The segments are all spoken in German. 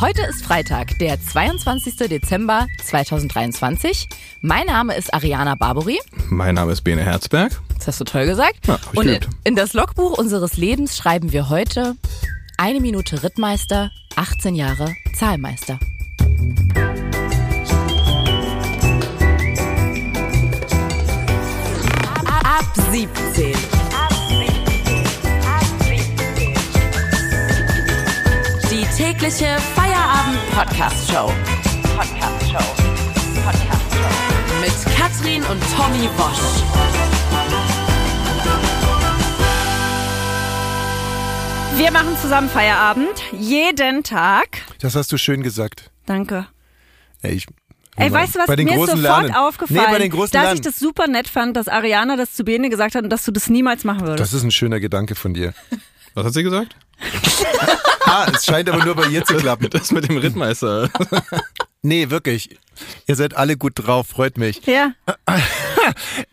Heute ist Freitag, der 22. Dezember 2023. Mein Name ist Ariana Barbori. Mein Name ist Bene Herzberg. Das hast du toll gesagt. Ja, hab ich Und in, geübt. in das Logbuch unseres Lebens schreiben wir heute eine Minute Rittmeister, 18 Jahre Zahlmeister. Ab 17. Die tägliche Feierabend-Podcast-Show. Podcast-Show. Podcast-Show. Mit Katrin und Tommy Bosch. Wir machen zusammen Feierabend. Jeden Tag. Das hast du schön gesagt. Danke. Ey, ich, Ey, weißt du was? Bei den mir ist großen sofort Lernen. aufgefallen, Nee, bei den großen dass Lernen. ich das super nett fand, dass Ariana das zu Bene gesagt hat und dass du das niemals machen würdest. Das ist ein schöner Gedanke von dir. Was hat sie gesagt? ah, es scheint aber nur bei ihr zu klappen. Das mit dem Rittmeister. Nee, wirklich. Ihr seid alle gut drauf, freut mich. ja.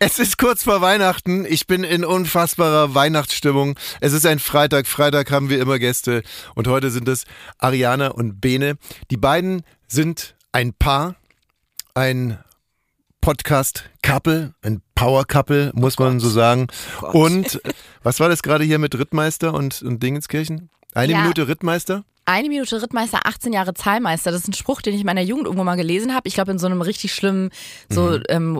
Es ist kurz vor Weihnachten. Ich bin in unfassbarer Weihnachtsstimmung. Es ist ein Freitag. Freitag haben wir immer Gäste. Und heute sind es Ariana und Bene. Die beiden sind ein Paar, ein Podcast-Couple, ein Power-Couple, muss man so sagen. Und was war das gerade hier mit Rittmeister und, und Dingenskirchen? Eine Ja. Minute Rittmeister? Eine Minute Rittmeister, 18 Jahre Zahlmeister. Das ist ein Spruch, den ich in meiner Jugend irgendwo mal gelesen habe. Ich glaube, in so einem richtig schlimmen so Mhm. ähm,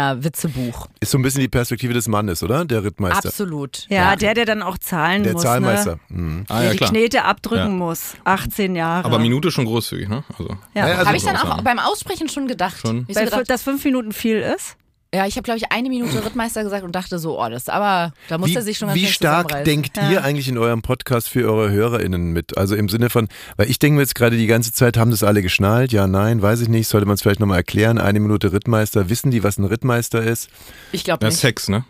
One-Liner-Witzebuch. Ist so ein bisschen die Perspektive des Mannes, oder? Der Rittmeister. Absolut. ja, der, der dann auch zahlen Der muss. Zahlmeister. Ne? Mhm. Ah, Der ja, die klar. Knete abdrücken Ja. muss. 18 Jahre. Aber Minute schon großzügig, ne? Also. Ja. Ja, ja, habe also ich dann auch Ja. beim Aussprechen schon gedacht. Schon. Ich so Weil gedacht dass fünf Minuten viel ist. ja, ich habe, glaube ich, eine Minute Rittmeister gesagt und dachte so, oh, das aber, da muss er sich schon ganz wie schön stark zusammenreißen. denkt ihr eigentlich in eurem Podcast für eure HörerInnen mit? Also im Sinne von, weil ich denke mir jetzt gerade die ganze Zeit, haben das alle geschnallt? Ja, nein, weiß ich nicht. Sollte man es vielleicht nochmal erklären? Eine Minute Rittmeister. Wissen die, was ein Rittmeister ist? Ich glaube Ja, nicht. Sex, ne?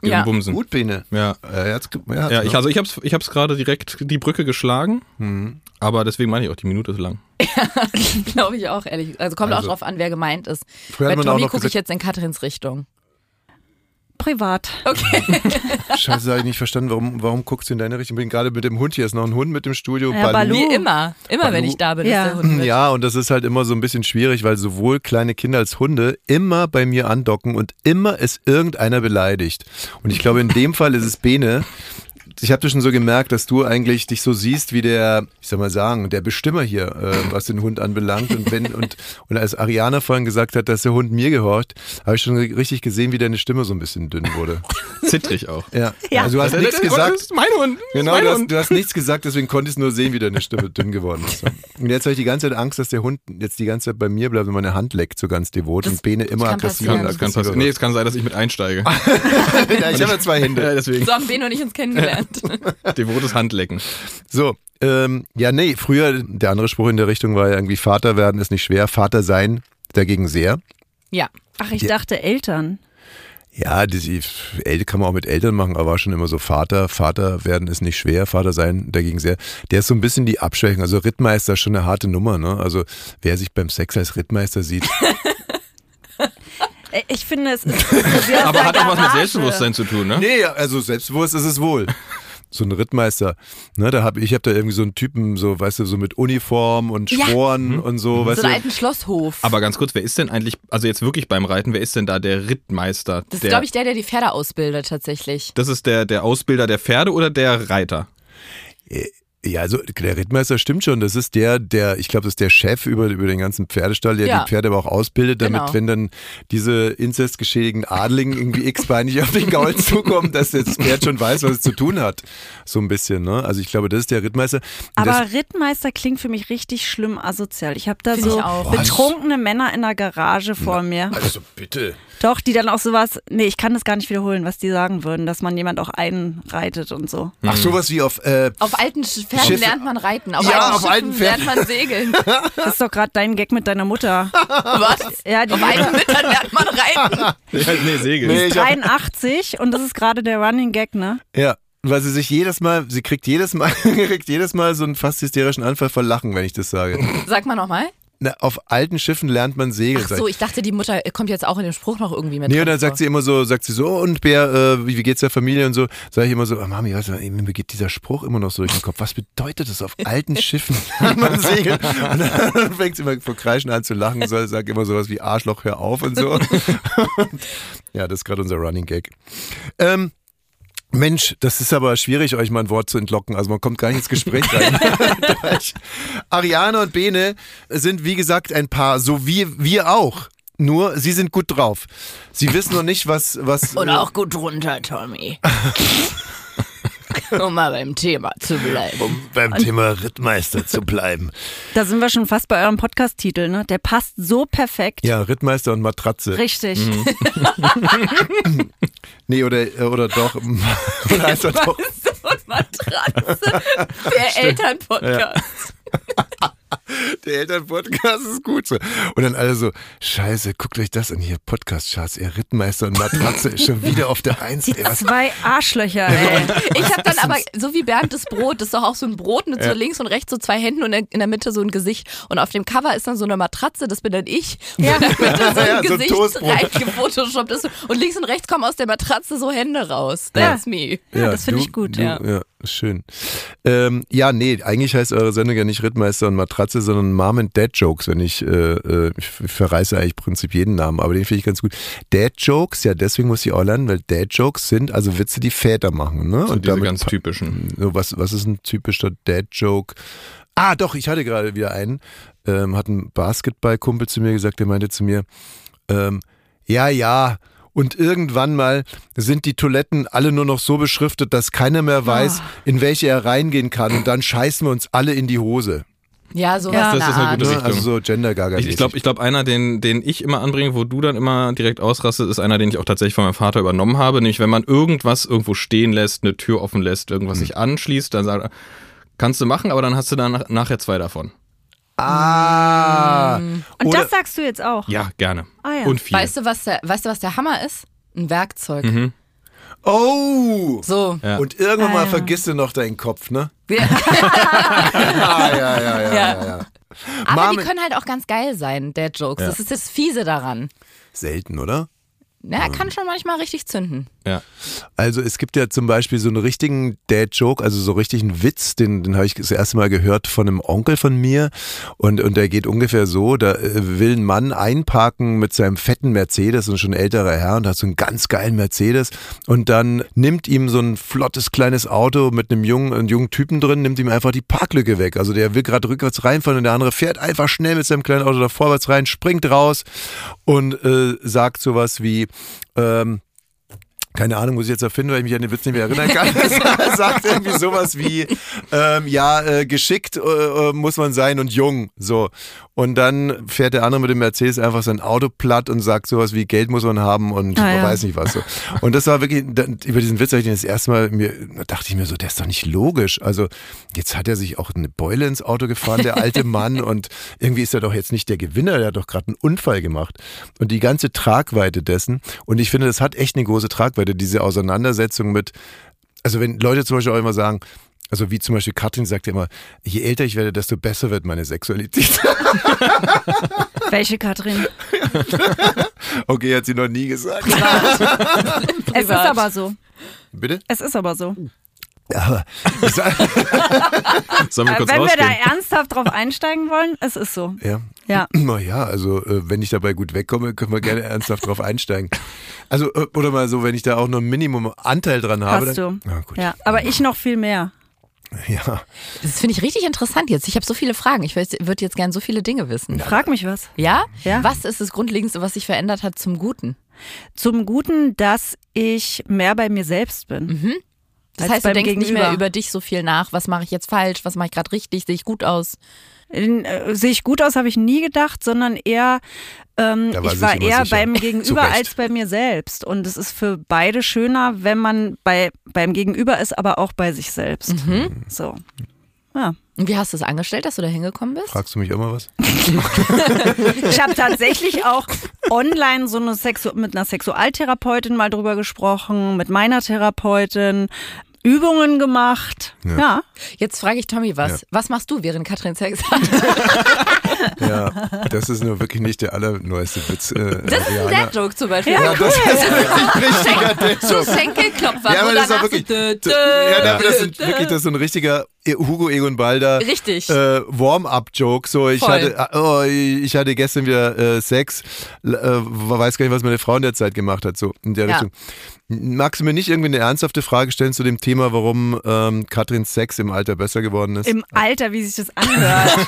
Gegen Ja. Bumsen. Gut, Bene. Ja. Ja, jetzt, ja, Ja, ich, also ich hab's, ich hab's gerade direkt die Brücke geschlagen, Mhm. aber deswegen meine ich auch, die Minute ist lang. Glaube ich auch, ehrlich. Also kommt Also- auch drauf an, wer gemeint ist. Früher Bei hat man auch Tommy noch gucke ich gesagt, jetzt in Katrins Richtung. Privat. scheiße, habe ich nicht verstanden, warum, warum guckst du in deine Richtung? Ich bin gerade mit dem Hund, hier ist noch ein Hund mit dem Studio. Ja, Balu. Wie immer. Immer, wenn Balu- ich da bin, Ja. ist der Hund mit. Ja, und das ist halt immer so ein bisschen schwierig, weil sowohl kleine Kinder als Hunde immer bei mir andocken und immer ist irgendeiner beleidigt. Und ich glaube, in dem Fall ist es Bene. Ich habe das schon so gemerkt, dass du eigentlich dich so siehst wie der, ich soll mal sagen, der Bestimmer hier, äh, was den Hund anbelangt. Und wenn und, und als Ariana vorhin gesagt hat, dass der Hund mir gehorcht, habe ich schon richtig gesehen, wie deine Stimme so ein bisschen dünn wurde. Zittrig auch. Ja, Ja. also du hast nichts Das gesagt. ist mein Hund. Das ist Genau, mein du hast, Hund. du hast nichts gesagt, deswegen konnte ich nur sehen, wie deine Stimme dünn geworden ist. Und jetzt habe ich die ganze Zeit Angst, dass der Hund jetzt die ganze Zeit bei mir bleibt und meine Hand leckt so ganz devot und Bene immer kann aggressiver passieren. und Das kann aggressiver. passieren. Nee, es kann sein, dass ich mit einsteige. wird. ja, ich habe ja zwei ja, Hände. deswegen. So haben Ben und ich uns kennengelernt. Devotes Handlecken. So, ähm, ja, nee, früher, der andere Spruch in der Richtung war ja irgendwie, Vater werden ist nicht schwer, Vater sein dagegen sehr. ja. Ach, ich Ja. dachte Eltern. Ja, das El- kann man auch mit Eltern machen, aber war schon immer so Vater. Vater werden ist nicht schwer, Vater sein dagegen sehr. Der ist so ein bisschen die Abschwächung. Also Rittmeister ist schon eine harte Nummer, ne? Also wer sich beim Sex als Rittmeister sieht, Äh, Ich finde, es ist eine sehr Aber hat auch was mit Garage. Selbstbewusstsein zu tun, ne? Nee, also selbstbewusst ist es wohl. So ein Rittmeister, ne, da hab ich hab da irgendwie so einen Typen, so weißt du, so mit Uniform und Ja. Mhm. Sporen und so, weißt So einen du. alten Schlosshof. Aber ganz kurz, wer ist denn eigentlich, also jetzt wirklich beim Reiten, wer ist denn da der Rittmeister? das ist, Der- glaube ich, der, der die Pferde ausbildet tatsächlich. Das ist der, der Ausbilder der Pferde oder der Reiter? Ja, also der Rittmeister stimmt schon. Das ist der, der, ich glaube, das ist der Chef über, über den ganzen Pferdestall, der Ja. die Pferde aber auch ausbildet, damit, Genau. wenn dann diese inzestgeschädigten Adligen irgendwie x-beinig auf den Gaul zukommen, dass das Pferd schon weiß, was es zu tun hat. So ein bisschen, ne? Also ich glaube, das ist der Rittmeister. Und das, Aber Rittmeister klingt für mich richtig schlimm asozial. Ich habe da Find ich so auch. Was? betrunkene Männer in der Garage vor mir. also bitte. Doch, die dann auch sowas, nee, ich kann das gar nicht wiederholen, was die sagen würden, dass man jemand auch einreitet und so. Ach, sowas wie auf, äh, Hm. Auf alten Sch- Pferden Schiffe. lernt man reiten. Auf Ja, alten auf Schiffen alten Pferden. lernt man segeln. Das ist doch gerade dein Gag mit deiner Mutter. Was? Ja, die Auf alten Müttern lernt man reiten. nee, Segel. Nee, ich hab- 83 und das ist gerade der Running Gag, ne? Ja, weil sie sich jedes Mal, sie kriegt jedes Mal, kriegt jedes Mal so einen fast hysterischen Anfall vor Lachen, wenn ich das sage. Sag mal nochmal. na, auf alten Schiffen lernt man segeln. Ach so, ich dachte, die Mutter kommt jetzt auch in dem Spruch noch irgendwie mit. Nee, drin und dann vor. sagt sie immer so, sagt sie so, und Bär, äh, wie, wie geht's der Familie und so, sage ich immer so, oh, Mami, weißt du, mir geht dieser Spruch immer noch so durch den Kopf. Was bedeutet das auf alten Schiffen? lernt man segeln? Und dann fängt sie immer vor Kreischen an zu lachen, so, sagt immer sowas wie Arschloch, hör auf und so. ja, das ist gerade unser Running Gag. Ähm, Mensch, das ist aber schwierig, euch mal ein Wort zu entlocken. Also man kommt gar nicht ins Gespräch rein. Ariane und Bene sind, wie gesagt, ein Paar, so wie wir auch. Nur, sie sind gut drauf. Sie wissen noch nicht, was... was Und auch gut runter, Tommy. um mal beim Thema zu bleiben. um beim Thema Rittmeister zu bleiben. Da sind wir schon fast bei eurem Podcast-Titel, ne? Der passt so perfekt. Ja, Mhm. Rittmeister und Matratze. Richtig. Nee, oder, äh, oder doch. oder heißt er doch. und Matratze. Der Elternpodcast. Der Elternpodcast ist gut so. Und dann alle so, scheiße, guckt euch das an hier, Podcast-Charts, ihr Rittmeister und Matratze ist schon wieder auf der Eins. Die Ey, was zwei Arschlöcher, ey. Ich habe dann aber, so wie Bernd das Brot, das ist doch auch so ein Brot mit so links und rechts so zwei Händen und in der Mitte so ein Gesicht. Und auf dem Cover ist dann so eine Matratze, das bin dann ich. Ja. Und in der Mitte so ein Ja, so ein Gesicht Toastbrot. reingefotoshoppt ist. Und links und rechts kommen aus der Matratze so Hände raus. That's me. Ja, das finde du- ich gut, du- ja. Ja, schön. Ähm, ja, nee, eigentlich heißt eure Sendung ja nicht Rittmeister und Matratze, sondern Mom and Dad Jokes, wenn ich, äh, äh, ich verreiße eigentlich im Prinzip jeden Namen, aber den finde ich ganz gut. Dad Jokes, ja, deswegen muss ich auch lernen, weil Dad Jokes sind also Witze, die Väter machen, ne? So diese damit ganz pa- typischen. so, was, was ist ein typischer Dad-Joke? Ah, doch, ich hatte gerade wieder einen. Ähm, hat ein Basketballkumpel zu mir gesagt, der meinte zu mir, ähm, ja, ja, und irgendwann mal sind die Toiletten alle nur noch so beschriftet, dass keiner mehr weiß, in welche er reingehen kann. Und dann scheißen wir uns alle in die Hose. Ja, sowas Ja. in der Das ist eine Art. gute- Ne? Richtung. Also so gender gaga Ich, ich glaube, ich glaub, einer, den, den ich immer anbringe, wo du dann immer direkt ausrastest, ist einer, den ich auch tatsächlich von meinem Vater übernommen habe. Nämlich, wenn man irgendwas irgendwo stehen lässt, eine Tür offen lässt, irgendwas Hm. sich anschließt, dann sagt er, kannst du machen, aber dann hast du dann nach, nachher zwei davon. Ah. Und Oder- das sagst du jetzt auch. Ja, gerne. Ah, ja. Und viel. Weißt du, was der, weißt du, was der Hammer ist? Ein Werkzeug. Oh! So. Ja. Und irgendwann mal Ah. vergisst du noch deinen Kopf, ne? Wir, Ah, ja, ja, ja, ja. ja. aber Mom- die können halt auch ganz geil sein, der Jokes. Das ist das Fiese daran. Selten, oder? Na, er kann schon manchmal richtig zünden. ja. Also es gibt ja zum Beispiel so einen richtigen Dad-Joke, also so richtigen Witz, den, den habe ich das erste Mal gehört von einem Onkel von mir und, und der geht ungefähr so, da äh, will ein Mann einparken mit seinem fetten Mercedes und schon älterer Herr und hat so einen ganz geilen Mercedes und dann nimmt ihm so ein flottes kleines Auto mit einem jungen, einem jungen Typen drin, nimmt ihm einfach die Parklücke weg. Also der will gerade rückwärts reinfahren und der andere fährt einfach schnell mit seinem kleinen Auto da vorwärts rein, springt raus und äh, sagt sowas wie, ähm, keine Ahnung, muss ich jetzt erfinden, weil ich mich an den Witz nicht mehr erinnern kann. Er sagt irgendwie sowas wie, ähm, ja, äh, geschickt äh, äh, muss man sein und jung. So. Und dann fährt der andere mit dem Mercedes einfach sein Auto platt und sagt sowas wie, Geld muss man haben und Ah, ja. weiß nicht was. So. Und das war wirklich, da- über diesen Witz habe ich den das erste Mal, mir, da dachte ich mir so, der ist doch nicht logisch. Also jetzt hat er sich auch eine Beule ins Auto gefahren, der alte Mann. und irgendwie ist er doch jetzt nicht der Gewinner, der hat doch gerade einen Unfall gemacht. Und die ganze Tragweite dessen, und ich finde, das hat echt eine große Tragweite, diese Auseinandersetzung mit, also wenn Leute zum Beispiel auch immer sagen, also wie zum Beispiel Katrin sagt ja immer, je älter ich werde, desto besser wird meine Sexualität. Welche Katrin? Okay, hat sie noch nie gesagt. Es ist aber so. Bitte? Es ist aber so. Ja, ich sag, Sollen wir Äh, kurz wenn wir rausgehen? da ernsthaft drauf einsteigen wollen, es ist so. ja. Ja. Naja, also äh, wenn ich dabei gut wegkomme, können wir gerne ernsthaft drauf einsteigen. Also, äh, oder mal so, wenn ich da auch nur ein Minimum Anteil dran habe. Hast dann, du. Na gut. Ja, aber ich noch viel mehr. ja. Das finde ich richtig interessant jetzt. Ich habe so viele Fragen. Ich würde jetzt gern so viele Dinge wissen. Frag mich was. Ja? Ja. Was ist das Grundlegendste, was sich verändert hat zum Guten? Zum Guten, dass ich mehr bei mir selbst bin. Mhm. Das Als heißt, du beim denkst nicht mehr Gegenüber. über dich so viel nach. Was mache ich jetzt falsch? Was mache ich gerade richtig? Sehe ich gut aus? In, äh, sehe ich gut aus, habe ich nie gedacht, sondern eher, ähm, Da war sie ich war sich immer eher sicher. beim Zu Gegenüber Recht. als bei mir selbst. Und es ist für beide schöner, wenn man bei, beim Gegenüber ist, aber auch bei sich selbst. Mhm. So. Ja. Und wie hast du es angestellt, dass du da hingekommen bist? Fragst du mich auch mal was? Ich habe tatsächlich auch online so eine Sexu mit einer Sexualtherapeutin mal drüber gesprochen, mit meiner Therapeutin, Übungen gemacht. Ja. Jetzt frage ich Tommy was. Was machst du, während Katrin Sex hat? Ja, das ist nur wirklich nicht der allerneueste Witz. äh, Das ist ein Ariana. Dad-Joke zum Beispiel. Ja, das ist wirklich ein richtiger So Dad-Joke. Schenkelklopfer. Ja, wo aber das ist danach auch wirklich, so dö, dö, ja, aber das ist dö, wirklich das ist so ein richtiger Hugo Egon Balder Richtig. äh, Warm-up-Joke. So, ich Voll. hatte, oh, ich hatte gestern wieder äh, Sex, L- äh, weiß gar nicht, was meine Frau in der Zeit gemacht hat. So in der Ja. Richtung. Magst du mir nicht irgendwie eine ernsthafte Frage stellen zu dem Thema, warum ähm, Katrins Sex im Alter besser geworden ist? Im Alter, wie sich das anhört.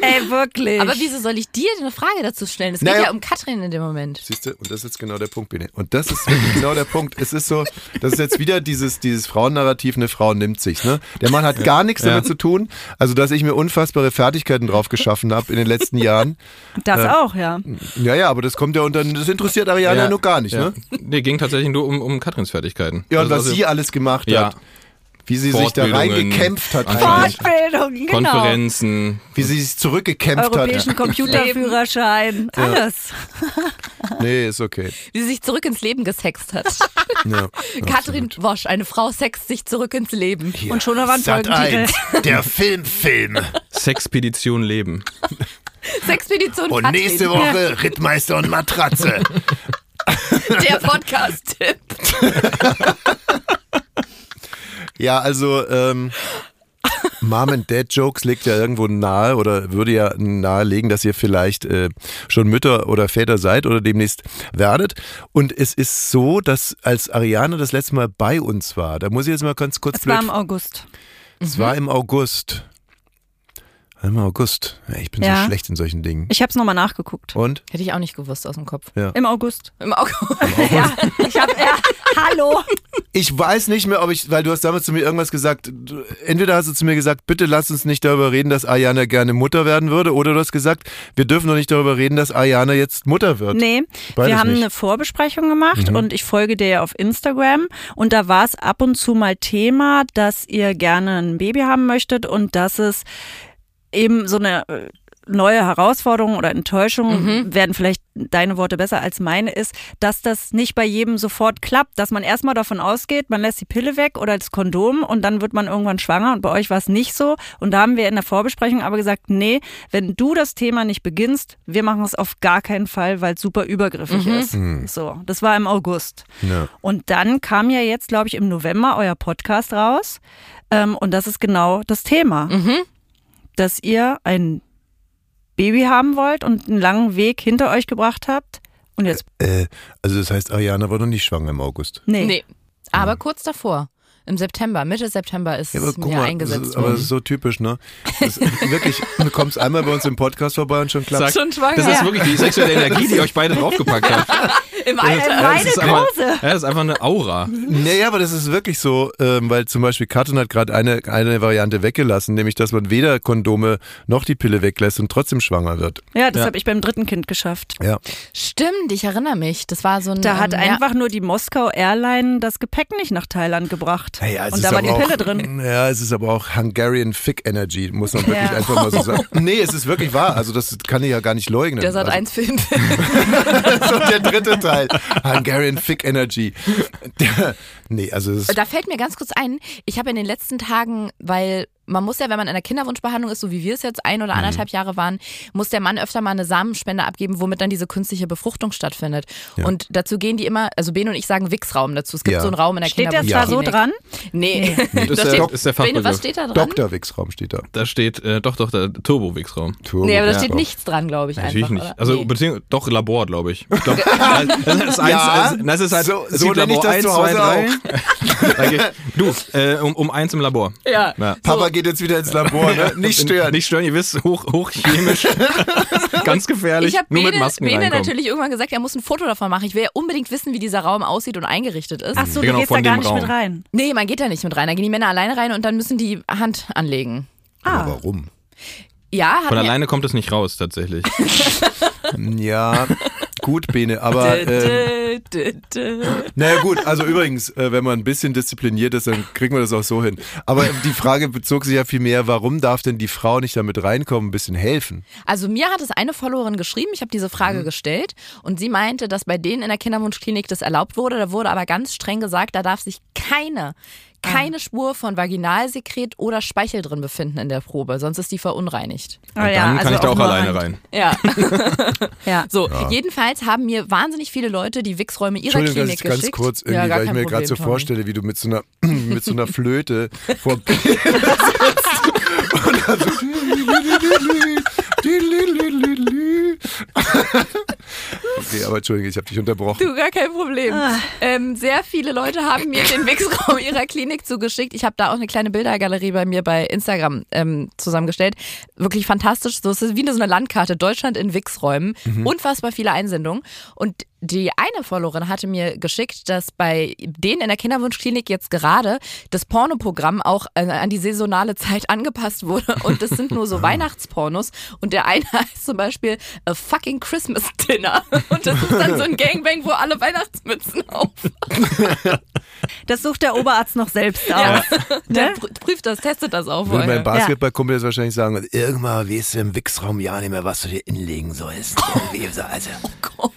Ey, wirklich. Aber wieso soll ich dir eine Frage dazu stellen? Es geht Naja. ja um Katrin in dem Moment. Siehst du, und das ist jetzt genau der Punkt, Bene. Und das ist wirklich genau der Punkt. Es ist so, das ist jetzt wieder dieses, dieses Frauennarrativ, eine Frau nimmt sich. Ne? Der Mann hat gar nichts damit zu tun. Also, dass ich mir unfassbare Fertigkeiten drauf geschaffen habe in den letzten Jahren. das auch, ja. Äh, Ja, ja, aber das kommt ja unter, das interessiert Ariana nur gar nicht. ja. Ne? Nee, ging tatsächlich nur um, um Katrins Fertigkeiten. Ja, und Also- was sie alles gemacht ja, hat. Wie sie sich da Fortbildungen, reingekämpft hat. Anscheinend. eigentlich. Fortbildung, genau. Konferenzen. Wie sie sich zurückgekämpft hat. Europäischen Computerführerschein, alles. Nee, ist okay. Wie sie sich zurück ins Leben gesext hat. Ja. Katrin Wosch, eine Frau sext sich zurück ins Leben. Und schon war ein Sat Folgentitel. 1, der Filmfilm. Sexpedition Leben. Sexpedition Katrin, Oh, Woche Rittmeister und Matratze. der Podcast-Tipp. Ja, also ähm, Mom and Dad Jokes legt ja irgendwo nahe oder würde ja nahelegen, dass ihr vielleicht äh, schon Mütter oder Väter seid oder demnächst werdet. Und es ist so, dass als Ariane das letzte Mal bei uns war, da muss ich jetzt mal ganz kurz Es war im mhm. blöd- August. es war im August. Im August. Ja, ich bin Ja. so schlecht in solchen Dingen. Ich habe es nochmal nachgeguckt. Und? Hätte ich auch nicht gewusst aus dem Kopf. Im August. Im Auge. Ja, ich habe, ja, hallo. Ich weiß nicht mehr, ob ich, weil du hast damals zu mir irgendwas gesagt. du- Entweder hast du zu mir gesagt, bitte lass uns nicht darüber reden, dass Ayana gerne Mutter werden würde, oder du hast gesagt, wir dürfen doch nicht darüber reden, dass Ayana jetzt Mutter wird. Nee, Beides wir haben nicht. Mhm. eine Vorbesprechung gemacht und ich folge dir ja auf Instagram und da war es ab und zu mal Thema, dass ihr gerne ein Baby haben möchtet und dass es eben so eine äh, neue Herausforderung oder Enttäuschung, werden vielleicht deine Worte besser als meine, ist, dass das nicht bei jedem sofort klappt, dass man erstmal davon ausgeht, man lässt die Pille weg oder das Kondom und dann wird man irgendwann schwanger und bei euch war es nicht so und da haben wir in der Vorbesprechung aber gesagt, nee, wenn du das Thema nicht beginnst, wir machen es auf gar keinen Fall, weil es super übergriffig ist. So, das war im August. Ja. Und dann kam ja jetzt, glaube ich, im November euer Podcast raus ähm, und das ist genau das Thema dass ihr ein Baby haben wollt und einen langen Weg hinter euch gebracht habt. Und jetzt, Äh, also das heißt, Ayana war noch nicht schwanger im August. nee. Nee. Aber kurz davor. Im September, Mitte September ist es mir eingesetzt so, aber das worden. ist so typisch, ne? Das, wirklich, du kommst einmal bei uns im Podcast vorbei und schon klappt. Zack. Schon schwanger. Das ist wirklich die sexuelle Energie, die euch beide draufgepackt hat. Im Äh, Alter. Beide das ist aber, Große. ja, das ist einfach eine Aura. Naja, aber das ist wirklich so, ähm, weil zum Beispiel Katrin hat gerade eine, eine Variante weggelassen, nämlich dass man weder Kondome noch die Pille weglässt und trotzdem schwanger wird. Ja, das Ja. habe ich beim dritten Kind geschafft. Ja. Stimmt, ich erinnere mich. Das war so ein. Da hat ähm, einfach nur die Moskau Airline das Gepäck nicht nach Thailand gebracht. Naja, es also und ist da war die aber Pille auch, drin. Ja, es ist aber auch Hungarian Fick Energy, muss man wirklich Ja. einfach mal so sagen. Nee, es ist wirklich wahr. Also das kann ich ja gar nicht leugnen. Der Sat also, 1 Film. so der dritte Teil. Hungarian Fick Energy. Der, nee, also es ist, Äh, Da fällt mir ganz kurz ein, ich habe in den letzten Tagen, weil man muss ja, wenn man in einer Kinderwunschbehandlung ist, so wie wir es jetzt ein Mhm. oder anderthalb Jahre waren, muss der Mann öfter mal eine Samenspende abgeben, womit dann diese künstliche Befruchtung stattfindet. Und dazu gehen die immer, also Ben und ich sagen Wichsraum dazu. Es gibt Ja. so einen Raum in der Steht das da so Kinderwunschklinik. dran? Nee. Ist Da der- steht- ist der Bene, Fachbegriff. was steht da dran? Dr. Wix-Raum steht da. Da steht, äh, doch, doch, der Turbo-Wix-Raum. Turbo Nee, aber da Wix steht drauf. nichts dran, glaube ich. Natürlich einfach, nicht. Oder? Also, Nee. beziehungsweise, doch, Labor, glaube ich. ich glaub, das ist eins, Ja, das ist halt, so- es so gibt nenn ich das zu Hause Da geh ich- Du, äh, um, um eins im Labor. Ja. Ja. Papa geht jetzt wieder ins Labor, ne? Nicht stören. Nicht stören, ihr wisst, hoch, hochchemisch. Ganz gefährlich. Ich habe Nur Bene, mit Masken Bene reinkommen. natürlich irgendwann gesagt, er muss ein Foto davon machen. Ich will ja unbedingt wissen, wie dieser Raum aussieht und eingerichtet ist. Ach so, Genau, du gehst von da gar dem nicht Raum. mit rein. Nee, man geht da nicht mit rein. Da gehen die Männer alleine rein und dann müssen die Hand anlegen. Aber warum? Ja, hat Von mir- alleine kommt es nicht raus, tatsächlich. Ja, gut, Bene, Ah, aber... ähm, Dö, dö, dö. Naja gut, also übrigens, äh, wenn man ein bisschen diszipliniert ist, dann kriegen wir das auch so hin. Aber die Frage bezog sich ja viel mehr, warum darf denn die Frau nicht damit reinkommen, ein bisschen helfen? Also mir hat es eine Followerin geschrieben, ich habe diese Frage gestellt und sie meinte, dass bei denen in der Kinderwunschklinik das erlaubt wurde. Da wurde aber ganz streng gesagt, da darf sich keine, keine Spur von Vaginalsekret oder Speichel drin befinden in der Probe, sonst ist die verunreinigt. Ah, ja, dann kann also ich da auch nur alleine Hand. rein. Ja, Ja. so. Jedenfalls haben mir wahnsinnig viele Leute die Wichsräume ihrer Entschuldigung, dass Klinik ich ganz geschickt. kurz, irgendwie, ja, gar weil ich kein mir Problem, gerade so Tommy. vorstelle, wie du mit so einer, mit so einer Flöte vor Bild sitzt und dann so Okay, aber Entschuldigung, ich habe dich unterbrochen. Du, gar kein Problem. Ähm, sehr viele Leute haben mir den Wichsraum ihrer Klinik zugeschickt. Ich habe da auch eine kleine Bildergalerie bei mir bei Instagram ähm, zusammengestellt. Wirklich fantastisch. So, es ist wie so eine Landkarte. Deutschland in Wichsräumen. Unfassbar viele Einsendungen. Und die eine Followerin hatte mir geschickt, dass bei denen in der Kinderwunschklinik jetzt gerade das Pornoprogramm auch äh, an die saisonale Zeit angepasst wurde. Und das sind Ah. nur so Weihnachtspornos. Und der eine heißt zum Beispiel A Fucking Christmas Dinner. Und das ist dann so ein Gangbang, wo alle Weihnachtsmützen auf. Das sucht der Oberarzt noch selbst aus. Ja. Der Ne? prü- prüft das, testet das auch Würde vorher. mein Basketballkumpel jetzt wahrscheinlich sagen, und irgendwann weißt du im Wichsraum ja nicht mehr, was du dir inlegen sollst. Irgendwie so, also.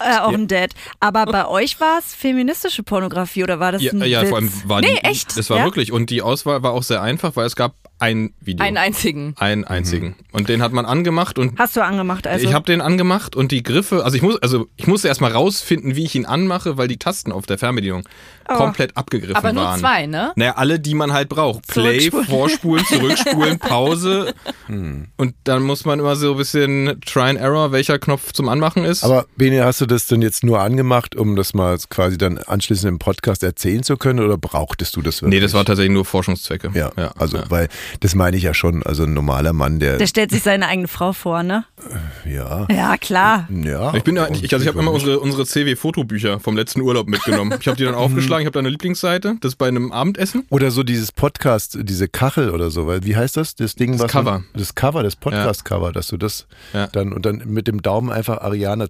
Äh, auch ein Dad. Aber bei euch war es feministische Pornografie oder war das Ja, ein ja Hm, Witz? vor allem war die, Nee, echt? Das war Ja? wirklich. Und die Auswahl war auch sehr einfach, weil es gab ein Video. Einen einzigen. Einen einzigen. Und den hat man angemacht und Hast du angemacht also? ich habe den angemacht und die Griffe, also ich muss, also ich musste erstmal rausfinden, wie ich ihn anmache, weil die Tasten auf der Fernbedienung komplett abgegriffen Aber nur waren. zwei, ne? Naja, alle, die man halt braucht. Play, Zurückspulen. Vorspulen, Zurückspulen, Pause. Und dann muss man immer so ein bisschen Try and Error, welcher Knopf zum Anmachen ist. Aber Bene, hast du das denn jetzt nur angemacht, um das mal quasi dann anschließend im Podcast erzählen zu können oder brauchtest du das wirklich? nee, das war tatsächlich nur Forschungszwecke. Ja, also, weil das meine ich ja schon. Also ein normaler Mann, der. Der stellt sich seine eigene Frau vor, ne? ja. Ja, klar. Ja. Ich bin ja, warum ich, also ich habe nicht? Mhm. immer unsere, unsere CW-Fotobücher vom letzten Urlaub mitgenommen. Ich habe die dann aufgeschlagen, ich habe da eine Lieblingsseite, das bei einem Abendessen. Oder so dieses Podcast, diese Kachel oder so, weil wie heißt das? Das Ding, das was. Cover. das Cover, das Podcast-Cover, dass du das Ja. dann und dann mit dem Daumen einfach Ariana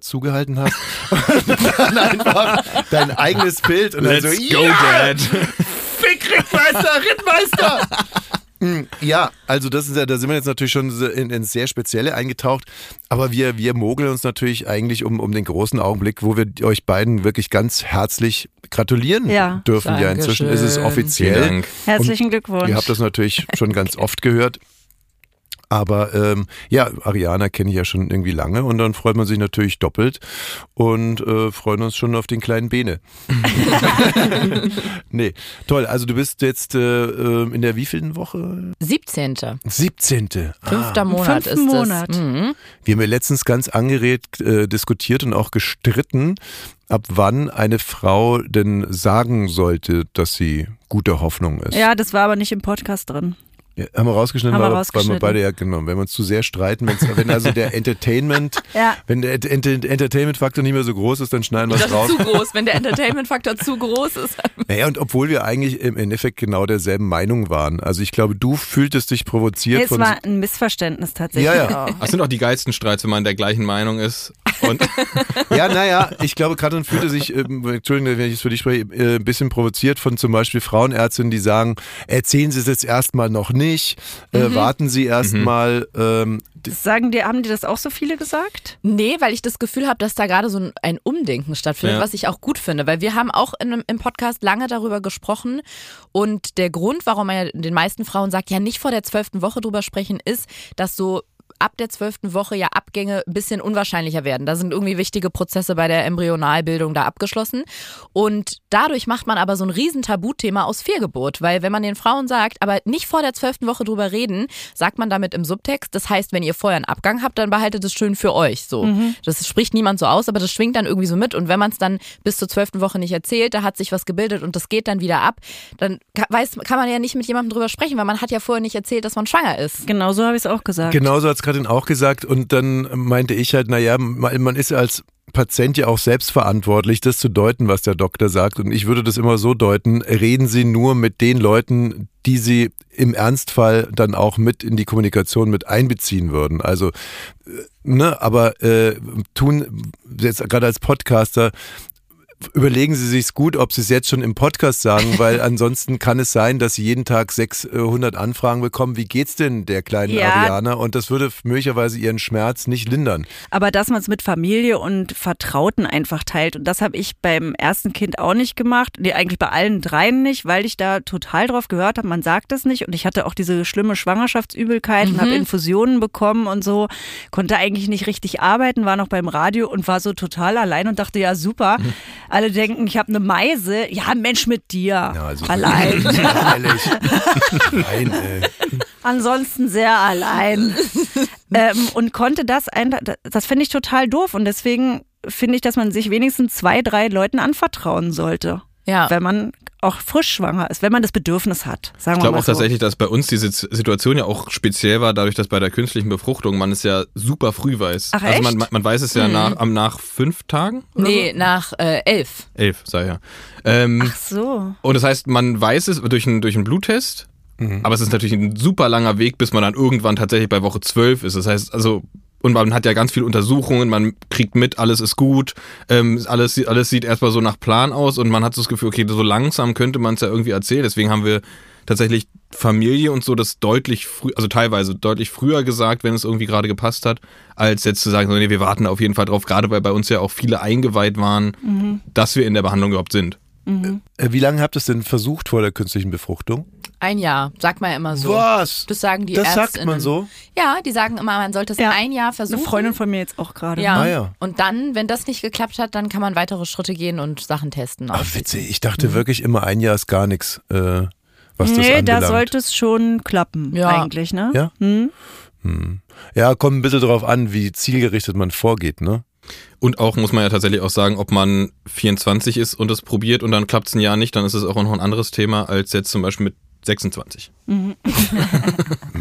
zugehalten hast. und dann einfach dein eigenes Bild und dann so, ja, Dad! Fick Rittmeister, Rittmeister! Mm, Ja, also das ist ja, da sind wir jetzt natürlich schon so in, in sehr spezielle eingetaucht, aber wir, wir mogeln uns natürlich eigentlich um, um den großen Augenblick, wo wir euch beiden wirklich ganz herzlich gratulieren Ja. dürfen. Ja, inzwischen ist es Dankeschön. offiziell. Vielen Dank. Herzlichen Glückwunsch. Ihr habt das natürlich schon ganz oft gehört. Aber ähm, ja, Ariana kenne ich ja schon irgendwie lange und dann freut man sich natürlich doppelt und äh, freuen uns schon auf den kleinen Bene. nee, toll. Also du bist jetzt äh, ähm, in der wievielten Woche? 17. 17. Ah, Fünfter Monat fünften ist es. Monat. Mhm. wir haben ja letztens ganz angeregt äh, diskutiert und auch gestritten, ab wann eine Frau denn sagen sollte, dass sie guter Hoffnung ist. ja, das war aber nicht im Podcast drin. Ja, haben wir rausgeschnitten, Haben wir weil, weil wir rausgeschnitten. beide ja genommen. Wenn wir uns zu sehr streiten, wenn's, wenn also der Entertainment, Ja. wenn der Ent- Ent- Entertainment-Faktor nicht mehr so groß ist, dann schneiden wir Das es ist raus. zu groß. Wenn der Entertainment-Faktor zu groß ist, Naja, und obwohl wir eigentlich im Endeffekt genau derselben Meinung waren. Also ich glaube, du fühltest dich provoziert Es von. war ein Missverständnis tatsächlich. Ja, ja. Das sind auch die geilsten Streits, wenn man der gleichen Meinung ist. Und Ja, naja, ich glaube, Katrin fühlte sich, ähm, Entschuldigung, wenn ich es für dich spreche, äh, ein bisschen provoziert von zum Beispiel Frauenärztinnen, die sagen, erzählen Sie es jetzt erstmal noch nicht, äh, warten Sie erstmal. Ähm, d- Sagen dir, haben dir das auch so viele gesagt? Nee, weil ich das Gefühl habe, dass da gerade so ein- ein Umdenken stattfindet, Ja. was ich auch gut finde. Weil wir haben auch in, einem- im Podcast lange darüber gesprochen. Und der Grund, warum man ja den meisten Frauen sagt, ja nicht vor der zwölften Woche drüber sprechen, ist, dass so ab der zwölften Woche ja Abgänge ein bisschen unwahrscheinlicher werden. Da sind irgendwie wichtige Prozesse bei der Embryonalbildung da abgeschlossen. Und dadurch macht man aber so ein riesen Tabuthema aus Fehlgeburt. Weil wenn man den Frauen sagt, aber nicht vor der zwölften Woche drüber reden, sagt man damit im Subtext, das heißt, wenn ihr vorher einen Abgang habt, dann behaltet es schön für euch. So. Das spricht niemand so aus, aber das schwingt dann irgendwie so mit. Und wenn man es dann bis zur zwölften Woche nicht erzählt, da hat sich was gebildet und das geht dann wieder ab, dann ka- weiß, kann man ja nicht mit jemandem drüber sprechen, weil man hat ja vorher nicht erzählt, dass man schwanger ist. Genau so habe ich es auch gesagt. Genauso hat es Katrin auch gesagt und dann meinte ich halt, naja, man man ist ja als Patient ja auch selbst verantwortlich, das zu deuten, was der Doktor sagt. Und ich würde das immer so deuten, reden Sie nur mit den Leuten, die Sie im Ernstfall dann auch mit in die Kommunikation mit einbeziehen würden. Also, äh, ne, aber äh, tun, jetzt gerade als Podcaster, Überlegen Sie sich's gut, ob Sie es jetzt schon im Podcast sagen, weil ansonsten kann es sein, dass Sie jeden Tag 600 Anfragen bekommen. Wie geht's denn der kleinen Ja. Ariana? Und das würde möglicherweise ihren Schmerz nicht lindern. Aber dass man es mit Familie und Vertrauten einfach teilt. Und das habe ich beim ersten Kind auch nicht gemacht. Nee, eigentlich bei allen dreien nicht, weil ich da total drauf gehört habe, man sagt es nicht. Und ich hatte auch diese schlimme Schwangerschaftsübelkeit und habe Infusionen bekommen und so. Konnte eigentlich nicht richtig arbeiten, war noch beim Radio und war so total allein und dachte, ja super, alle denken, ich habe eine Meise. Ja, Mensch mit dir. also- allein. Ehrlich. Nein, äh. ey. Ansonsten sehr allein. ähm, und konnte das ein, das finde ich total doof und deswegen finde ich, dass man sich wenigstens zwei, drei Leuten anvertrauen sollte. Ja. Wenn man auch frisch schwanger ist, wenn man das Bedürfnis hat. Sagen Ich wir glaube mal auch so. tatsächlich, dass bei uns diese S- Situation ja auch speziell war, dadurch, dass bei der künstlichen Befruchtung man es ja super früh weiß. Ach, also man, echt? Mhm. man weiß es ja nach, am, nach fünf Tagen? Nee, nach äh, elf. Elf, sei ja. Ähm, Ach so. und das heißt, man weiß es durch einen, durch einen Bluttest, aber es ist natürlich ein super langer Weg, bis man dann irgendwann tatsächlich bei Woche zwölf ist. Das heißt, also, und man hat ja ganz viele Untersuchungen, man kriegt mit, alles ist gut, ähm, alles, sieht- alles sieht erstmal so nach Plan aus und man hat so das Gefühl, okay, so langsam könnte man es ja irgendwie erzählen. Deswegen haben wir tatsächlich Familie und so das deutlich früh, also teilweise deutlich früher gesagt, wenn es irgendwie gerade gepasst hat, als jetzt zu sagen, so, nee, wir warten auf jeden Fall drauf, gerade weil bei uns ja auch viele eingeweiht waren, dass wir in der Behandlung überhaupt sind. Äh, Wie lange habt ihr es denn versucht vor der künstlichen Befruchtung? Ein Jahr, sagt man ja immer so. Was? Das sagen die Das sagt Ärztinnen. man so? Ja, die sagen immer, man sollte es Ja. ein Jahr Eine versuchen. Freundin von mir jetzt auch gerade. ja. Ah, ja. Und dann, wenn das nicht geklappt hat, dann kann man weitere Schritte gehen und Sachen testen. Ach, witzig. Ich dachte wirklich immer, ein Jahr ist gar nichts, äh, was das Mhm. Nee, anbelangt. da sollte es schon klappen, Ja. eigentlich, ne? Ja? Hm? Ja, kommt ein bisschen drauf an, wie zielgerichtet man vorgeht, ne? Und auch muss man ja tatsächlich auch sagen, ob man 24 ist und es probiert und dann klappt es ein Jahr nicht, dann ist es auch noch ein anderes Thema als jetzt zum Beispiel mit 26.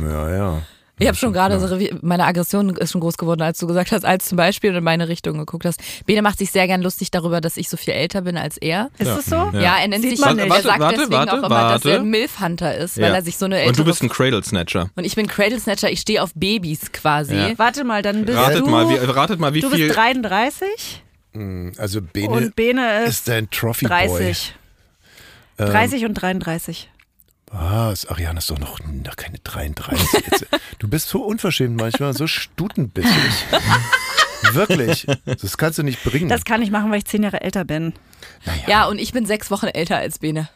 Ja, ja. Ich habe schon gerade, so revi- meine Aggression ist schon groß geworden, als du gesagt hast, als zum Beispiel in meine Richtung geguckt hast. Bene macht sich sehr gern lustig darüber, dass ich so viel älter bin als er. Ist Ja. es so? Ja, er nennt Sieht sich, man nicht. er Warte, sagt warte, deswegen warte, auch immer, dass warte. er ein Milfhunter ist, weil Ja. er sich so eine ältere Und du bist ein Cradle Snatcher. und ich bin Cradle Snatcher, ich stehe auf Babys quasi. Ja. Warte mal, dann bist Ratet du. mal, wie, ratet mal, wie du viel. bist 33 Also Bene und Bene ist ist dein Trophy 30. Boy. Ähm, 30 und 33. Was? Ariane ist doch noch, noch keine 33. Jetzt, du bist so unverschämt manchmal, so stutenbissig. Wirklich. Das kannst du nicht bringen. Das kann ich machen, weil ich zehn Jahre älter bin. Ja, und ich bin sechs Wochen älter als Bene.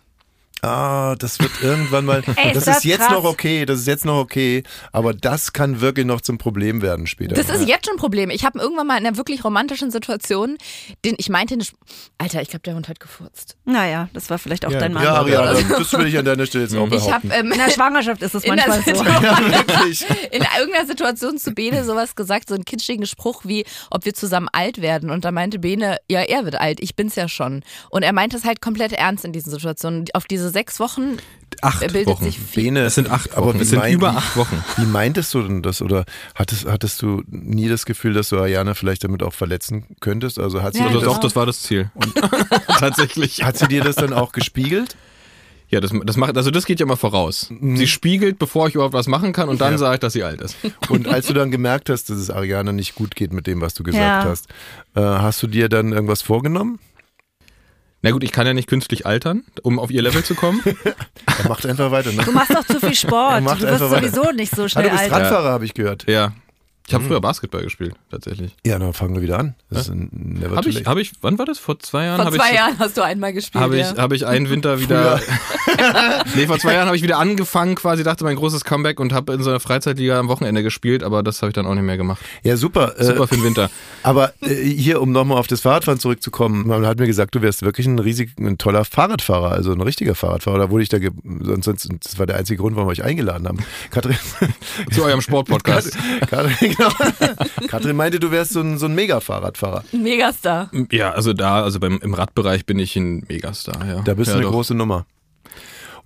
ah, das wird irgendwann mal. Ey, ist das, das ist jetzt krass. noch okay, das ist jetzt noch okay. Aber das kann wirklich noch zum Problem werden später. Das ist jetzt schon ein Problem. Ich habe irgendwann mal in einer wirklich romantischen Situation, den ich meinte, eine Sch- Alter, ich glaube, der Hund hat gefurzt. Naja, das war vielleicht auch dein Mann. ja, Ariane, das will ich an deiner Stelle jetzt auch Ich behaupten. habe ähm, In der Schwangerschaft ist es in, der manchmal so. Situation, ja, wirklich. in irgendeiner Situation zu Bene sowas gesagt, so einen kitschigen Spruch wie, ob wir zusammen alt werden. Und da meinte Bene, ja, er wird alt, ich bin's ja schon. Und er meint es halt komplett ernst in diesen Situationen. Auf diese sechs Wochen Acht bildet Wochen. sich viel. Bene, Es sind acht aber Wochen. wie Es sind mein- über acht Wochen. Wie meintest du denn das? Oder hattest, hattest du nie das Gefühl, dass du Ariane vielleicht damit auch verletzen könntest? Also hat sie, Ja, dir, Also genau. das, doch, das war das Ziel. tatsächlich. hat sie dir das dann auch gespiegelt? Ja, das, das macht, also das geht ja immer voraus. Sie spiegelt, bevor ich überhaupt was machen kann, und dann sage ich, dass sie alt ist. Und als du dann gemerkt hast, dass es Ariane nicht gut geht mit dem, was du gesagt Ja. hast, äh, hast du dir dann irgendwas vorgenommen? Na gut, ich kann ja nicht künstlich altern, um auf ihr Level zu kommen. Er macht einfach weiter. Ne? Du machst doch zu viel Sport. Macht Du wirst einfach weiter. sowieso nicht so Ah, schnell du bist alt. Radfahrer, habe ich gehört. Ja. Ich habe früher Basketball gespielt, tatsächlich. Ja, dann fangen wir wieder an. Das ist ein never Habe too ich, late. hab ich, wann war das? Vor zwei Jahren? Vor hab zwei ich, Jahren hast du einmal gespielt. Habe ich, ja. hab ich einen Winter wieder. nee, vor zwei Jahren habe ich wieder angefangen, quasi dachte mein großes Comeback und habe in so einer Freizeitliga am Wochenende gespielt, aber das habe ich dann auch nicht mehr gemacht. Ja, super. äh, Super für den Winter. Aber äh, hier, um nochmal auf das Fahrradfahren zurückzukommen, man hat mir gesagt, du wärst wirklich ein riesig, ein toller Fahrradfahrer, also ein richtiger Fahrradfahrer. Da wurde ich da, ge sonst, sonst, das war der einzige Grund, warum wir euch eingeladen haben. Katrin, Zu eurem Sportpodcast. Katrin, genau. Katrin meinte, du wärst so ein, so ein Mega-Fahrradfahrer. Ein Megastar. Ja, also da, also beim, im Radbereich bin ich ein Megastar. Ja. Da bist du ja, eine doch. große Nummer.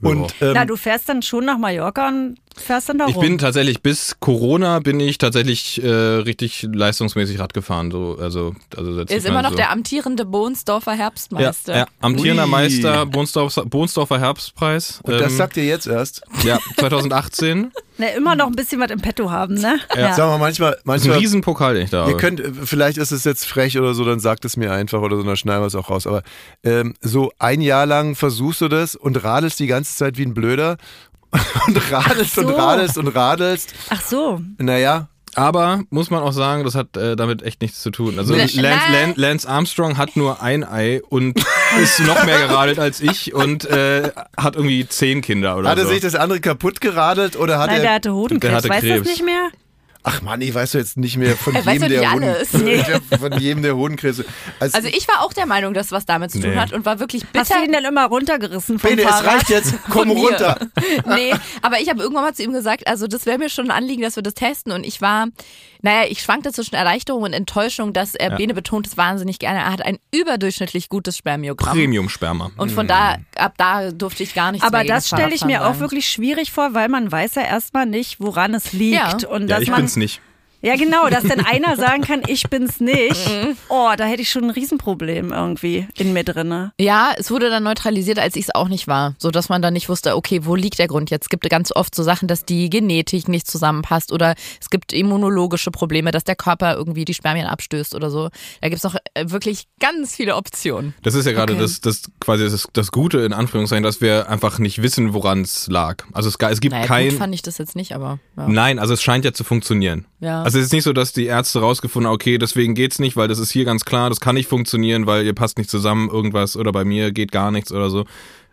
Und, ähm, Na, du fährst dann schon nach Mallorca und fährst dann da Ich rum. bin tatsächlich, bis Corona bin ich tatsächlich äh, richtig leistungsmäßig Rad gefahren. So, also, also jetzt Ist nicht mehr immer noch so. der amtierende Bohnsdorfer Herbstmeister. Ja, ja, amtierender Ui. Meister, Bohnsdorfer, Bohnsdorfer Herbstpreis. Und das ähm, sagt ihr jetzt erst. ja, 2018. Na, Ne, immer noch ein bisschen was im Petto haben, ne? Sagen wir manchmal, Das ist ein manchmal Riesenpokal, den ich da habe. Ihr könnt, äh, vielleicht ist es jetzt frech oder so, dann sagt es mir einfach oder so, dann schneiden wir es auch raus. Aber ähm, so ein Jahr lang versuchst du das und radelst die ganze Zeit wie ein Blöder und radelst und so. radelst und radelst. Ach so. Naja, Aber muss man auch sagen, das hat äh, damit echt nichts zu tun. Also Nee. Lance, Nein. Lance, Lance Armstrong hat nur ein Ei und ist noch mehr geradelt als ich und äh, hat irgendwie zehn Kinder oder hat er so. sich das andere kaputt geradelt oder hat Nein, der er. hatte Hodenkrebs. der hatte weißt du das Krebs. nicht mehr? Ach Mann, ich weiß doch jetzt nicht mehr von Er weiß jedem doch der nicht Hoden, alles. von jedem der Hodenkrebs. Also, Also ich war auch der Meinung, dass was damit zu tun Nee. hat und war wirklich Hast du bitter. ihn denn immer runtergerissen vom Bene, es Fahrrad? reicht jetzt, von komm mir. runter. nee, aber ich habe irgendwann mal zu ihm gesagt, also das wäre mir schon ein Anliegen, dass wir das testen. Und ich war, naja, ich schwankte zwischen Erleichterung und Enttäuschung, dass äh, Bene betont es wahnsinnig gerne. Er hat ein überdurchschnittlich gutes Spermiogramm. Premium-Sperma. Und von Mhm. da, ab da durfte ich gar nichts Aber mehr gegen das stelle ich mir Fahrradfahren auch sagen. wirklich schwierig vor, weil man weiß ja erstmal nicht, woran es liegt. Ja. Und Ja, dass ich man, bin's nicht. Ja, genau, dass dann einer sagen kann, ich bin's nicht. Mhm. Oh, da hätte ich schon ein Riesenproblem irgendwie in mir drinne. Ja, es wurde dann neutralisiert, als ich es auch nicht war. So dass man dann nicht wusste, okay, wo liegt der Grund jetzt? Es gibt ganz oft so Sachen, dass die Genetik nicht zusammenpasst oder es gibt immunologische Probleme, dass der Körper irgendwie die Spermien abstößt oder so. Da gibt's noch äh, wirklich ganz viele Optionen. Das ist ja gerade Okay. das, das quasi das, das Gute in Anführungszeichen, dass wir einfach nicht wissen, woran es lag. Also es, ga- es gibt Naja, kein. gut fand ich das jetzt nicht, aber ja. Nein, also es scheint ja zu funktionieren. Ja. Also es ist nicht so, dass die Ärzte rausgefunden haben, okay, deswegen geht's nicht, weil das ist hier ganz klar, das kann nicht funktionieren, weil ihr passt nicht zusammen, irgendwas oder bei mir geht gar nichts oder so.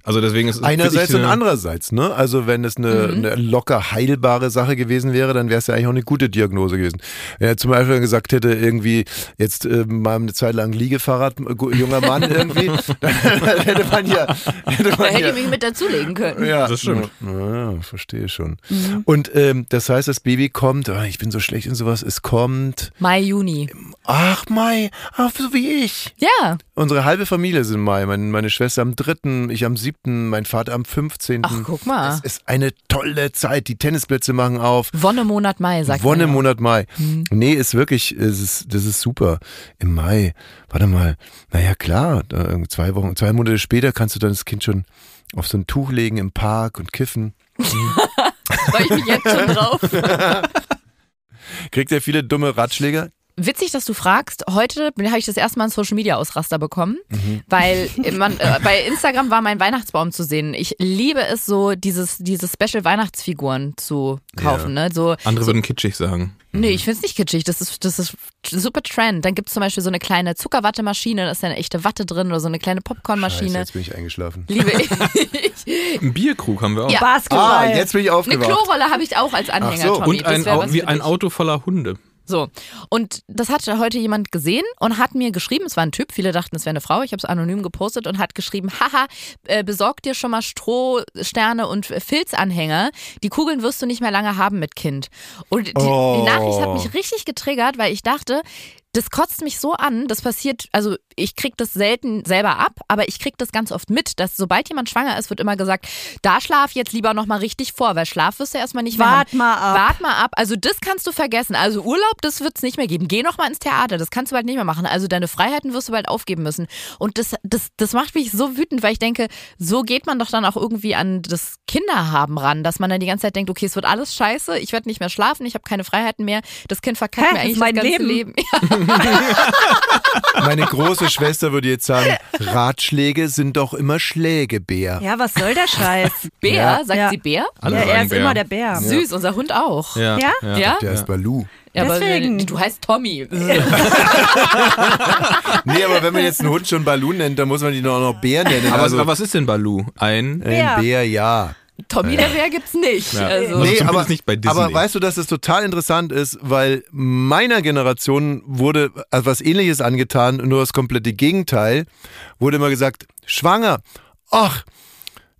Also deswegen ist es Einerseits finde ich und eine- andererseits, ne? Also wenn es eine, Mhm. eine locker heilbare Sache gewesen wäre, dann wäre es ja eigentlich auch eine gute Diagnose gewesen. Wenn er zum Beispiel gesagt hätte, irgendwie jetzt äh, mal eine Zeit lang Liegefahrrad, äh, gu- junger Mann irgendwie, dann hätte man ja... Hätte man Da hätte ja ich mich mit dazulegen können. ja, Das stimmt. Ja, verstehe schon. Mhm. Und ähm, das heißt, das Baby kommt, ah, ich bin so schlecht in sowas, es kommt, Mai, Juni. ach Mai, ach, so wie ich. Ja. Unsere halbe Familie ist im Mai. Meine, meine Schwester am 3., ich am 7., mein Vater am 15. Ach, guck mal. Es ist eine tolle Zeit. Die Tennisplätze machen auf. Wonne Monat Mai, sagt Wonne man ja. Hm. Monat Mai. Nee, ist wirklich, es ist, das ist super. Im Mai, warte mal, naja klar, da, äh, zwei Wochen, zwei Monate später kannst du dann das Kind schon auf so ein Tuch legen im Park und kiffen. Freue ich mich jetzt schon drauf. Kriegt er viele dumme Ratschläge? Witzig, dass du fragst. Heute bin- habe ich das erste Mal einen Social Media Ausraster bekommen, Mhm. weil man, äh, bei Instagram war mein Weihnachtsbaum zu sehen. Ich liebe es so, dieses, diese Special Weihnachtsfiguren zu kaufen. Ne? So, Andere würden kitschig sagen. nee, Mhm. ich finde es nicht kitschig. Das ist, das ist super Trend. Dann gibt es zum Beispiel so eine kleine Zuckerwattemaschine, da ist eine echte Watte drin oder so eine kleine Scheiße, Popcornmaschine. jetzt bin ich eingeschlafen. Liebe ich. Ein Bierkrug haben wir auch. Ja. Ah, Basketball. jetzt bin ich Eine aufgewacht. Klorolle habe ich auch als Anhänger, Ach so. Tommy. Und ein, das wär Au- was wie für ein dich. Auto voller Hunde. So, und das hat heute jemand gesehen und hat mir geschrieben, es war ein Typ, viele dachten, es wäre eine Frau, ich habe es anonym gepostet und hat geschrieben, haha, äh, besorg dir schon mal Stroh, Sterne und Filzanhänger, die Kugeln wirst du nicht mehr lange haben mit Kind. Und die, Oh. die Nachricht hat mich richtig getriggert, weil ich dachte, das kotzt mich so an, das passiert, also ich krieg das selten selber ab, aber ich krieg das ganz oft mit, dass sobald jemand schwanger ist, wird immer gesagt, da schlaf jetzt lieber nochmal richtig vor, weil Schlaf wirst du erstmal nicht mehr Wart haben. mal ab. Wart mal ab. Also das kannst du vergessen. Also Urlaub, das wird es nicht mehr geben. Geh nochmal ins Theater, das kannst du bald nicht mehr machen. Also deine Freiheiten wirst du bald aufgeben müssen. Und das, das, das macht mich so wütend, weil ich denke, so geht man doch dann auch irgendwie an das Kinderhaben ran, dass man dann die ganze Zeit denkt, okay, es wird alles scheiße, ich werde nicht mehr schlafen, ich habe keine Freiheiten mehr, das Kind verkackt Hä, mir eigentlich das ist mein das ganze Leben. Leben. Meine große Schwester würde jetzt sagen, Ratschläge sind doch immer Schläge, Bär. Ja, was soll der Scheiß? Bär, Ja. sagt Ja. sie Bär? Alle ja, sagen er ist Bär. immer der Bär. Süß, unser Hund auch. Ja. Ja? Ja? Der ist Baloo. Ja, aber äh, Deswegen. du heißt Tommy. Nee, aber wenn man jetzt einen Hund schon Baloo nennt, dann muss man ihn auch noch Bär nennen. Aber, also, aber was ist denn Balu? Ein. ein Bär. Bär, ja. Tommy der Bär gibt's nicht. Also. Nee. zumindest nicht bei Disney. Aber weißt du, dass es total interessant ist, weil meiner Generation wurde was ähnliches angetan, nur das komplette Gegenteil. Wurde immer gesagt, schwanger, ach,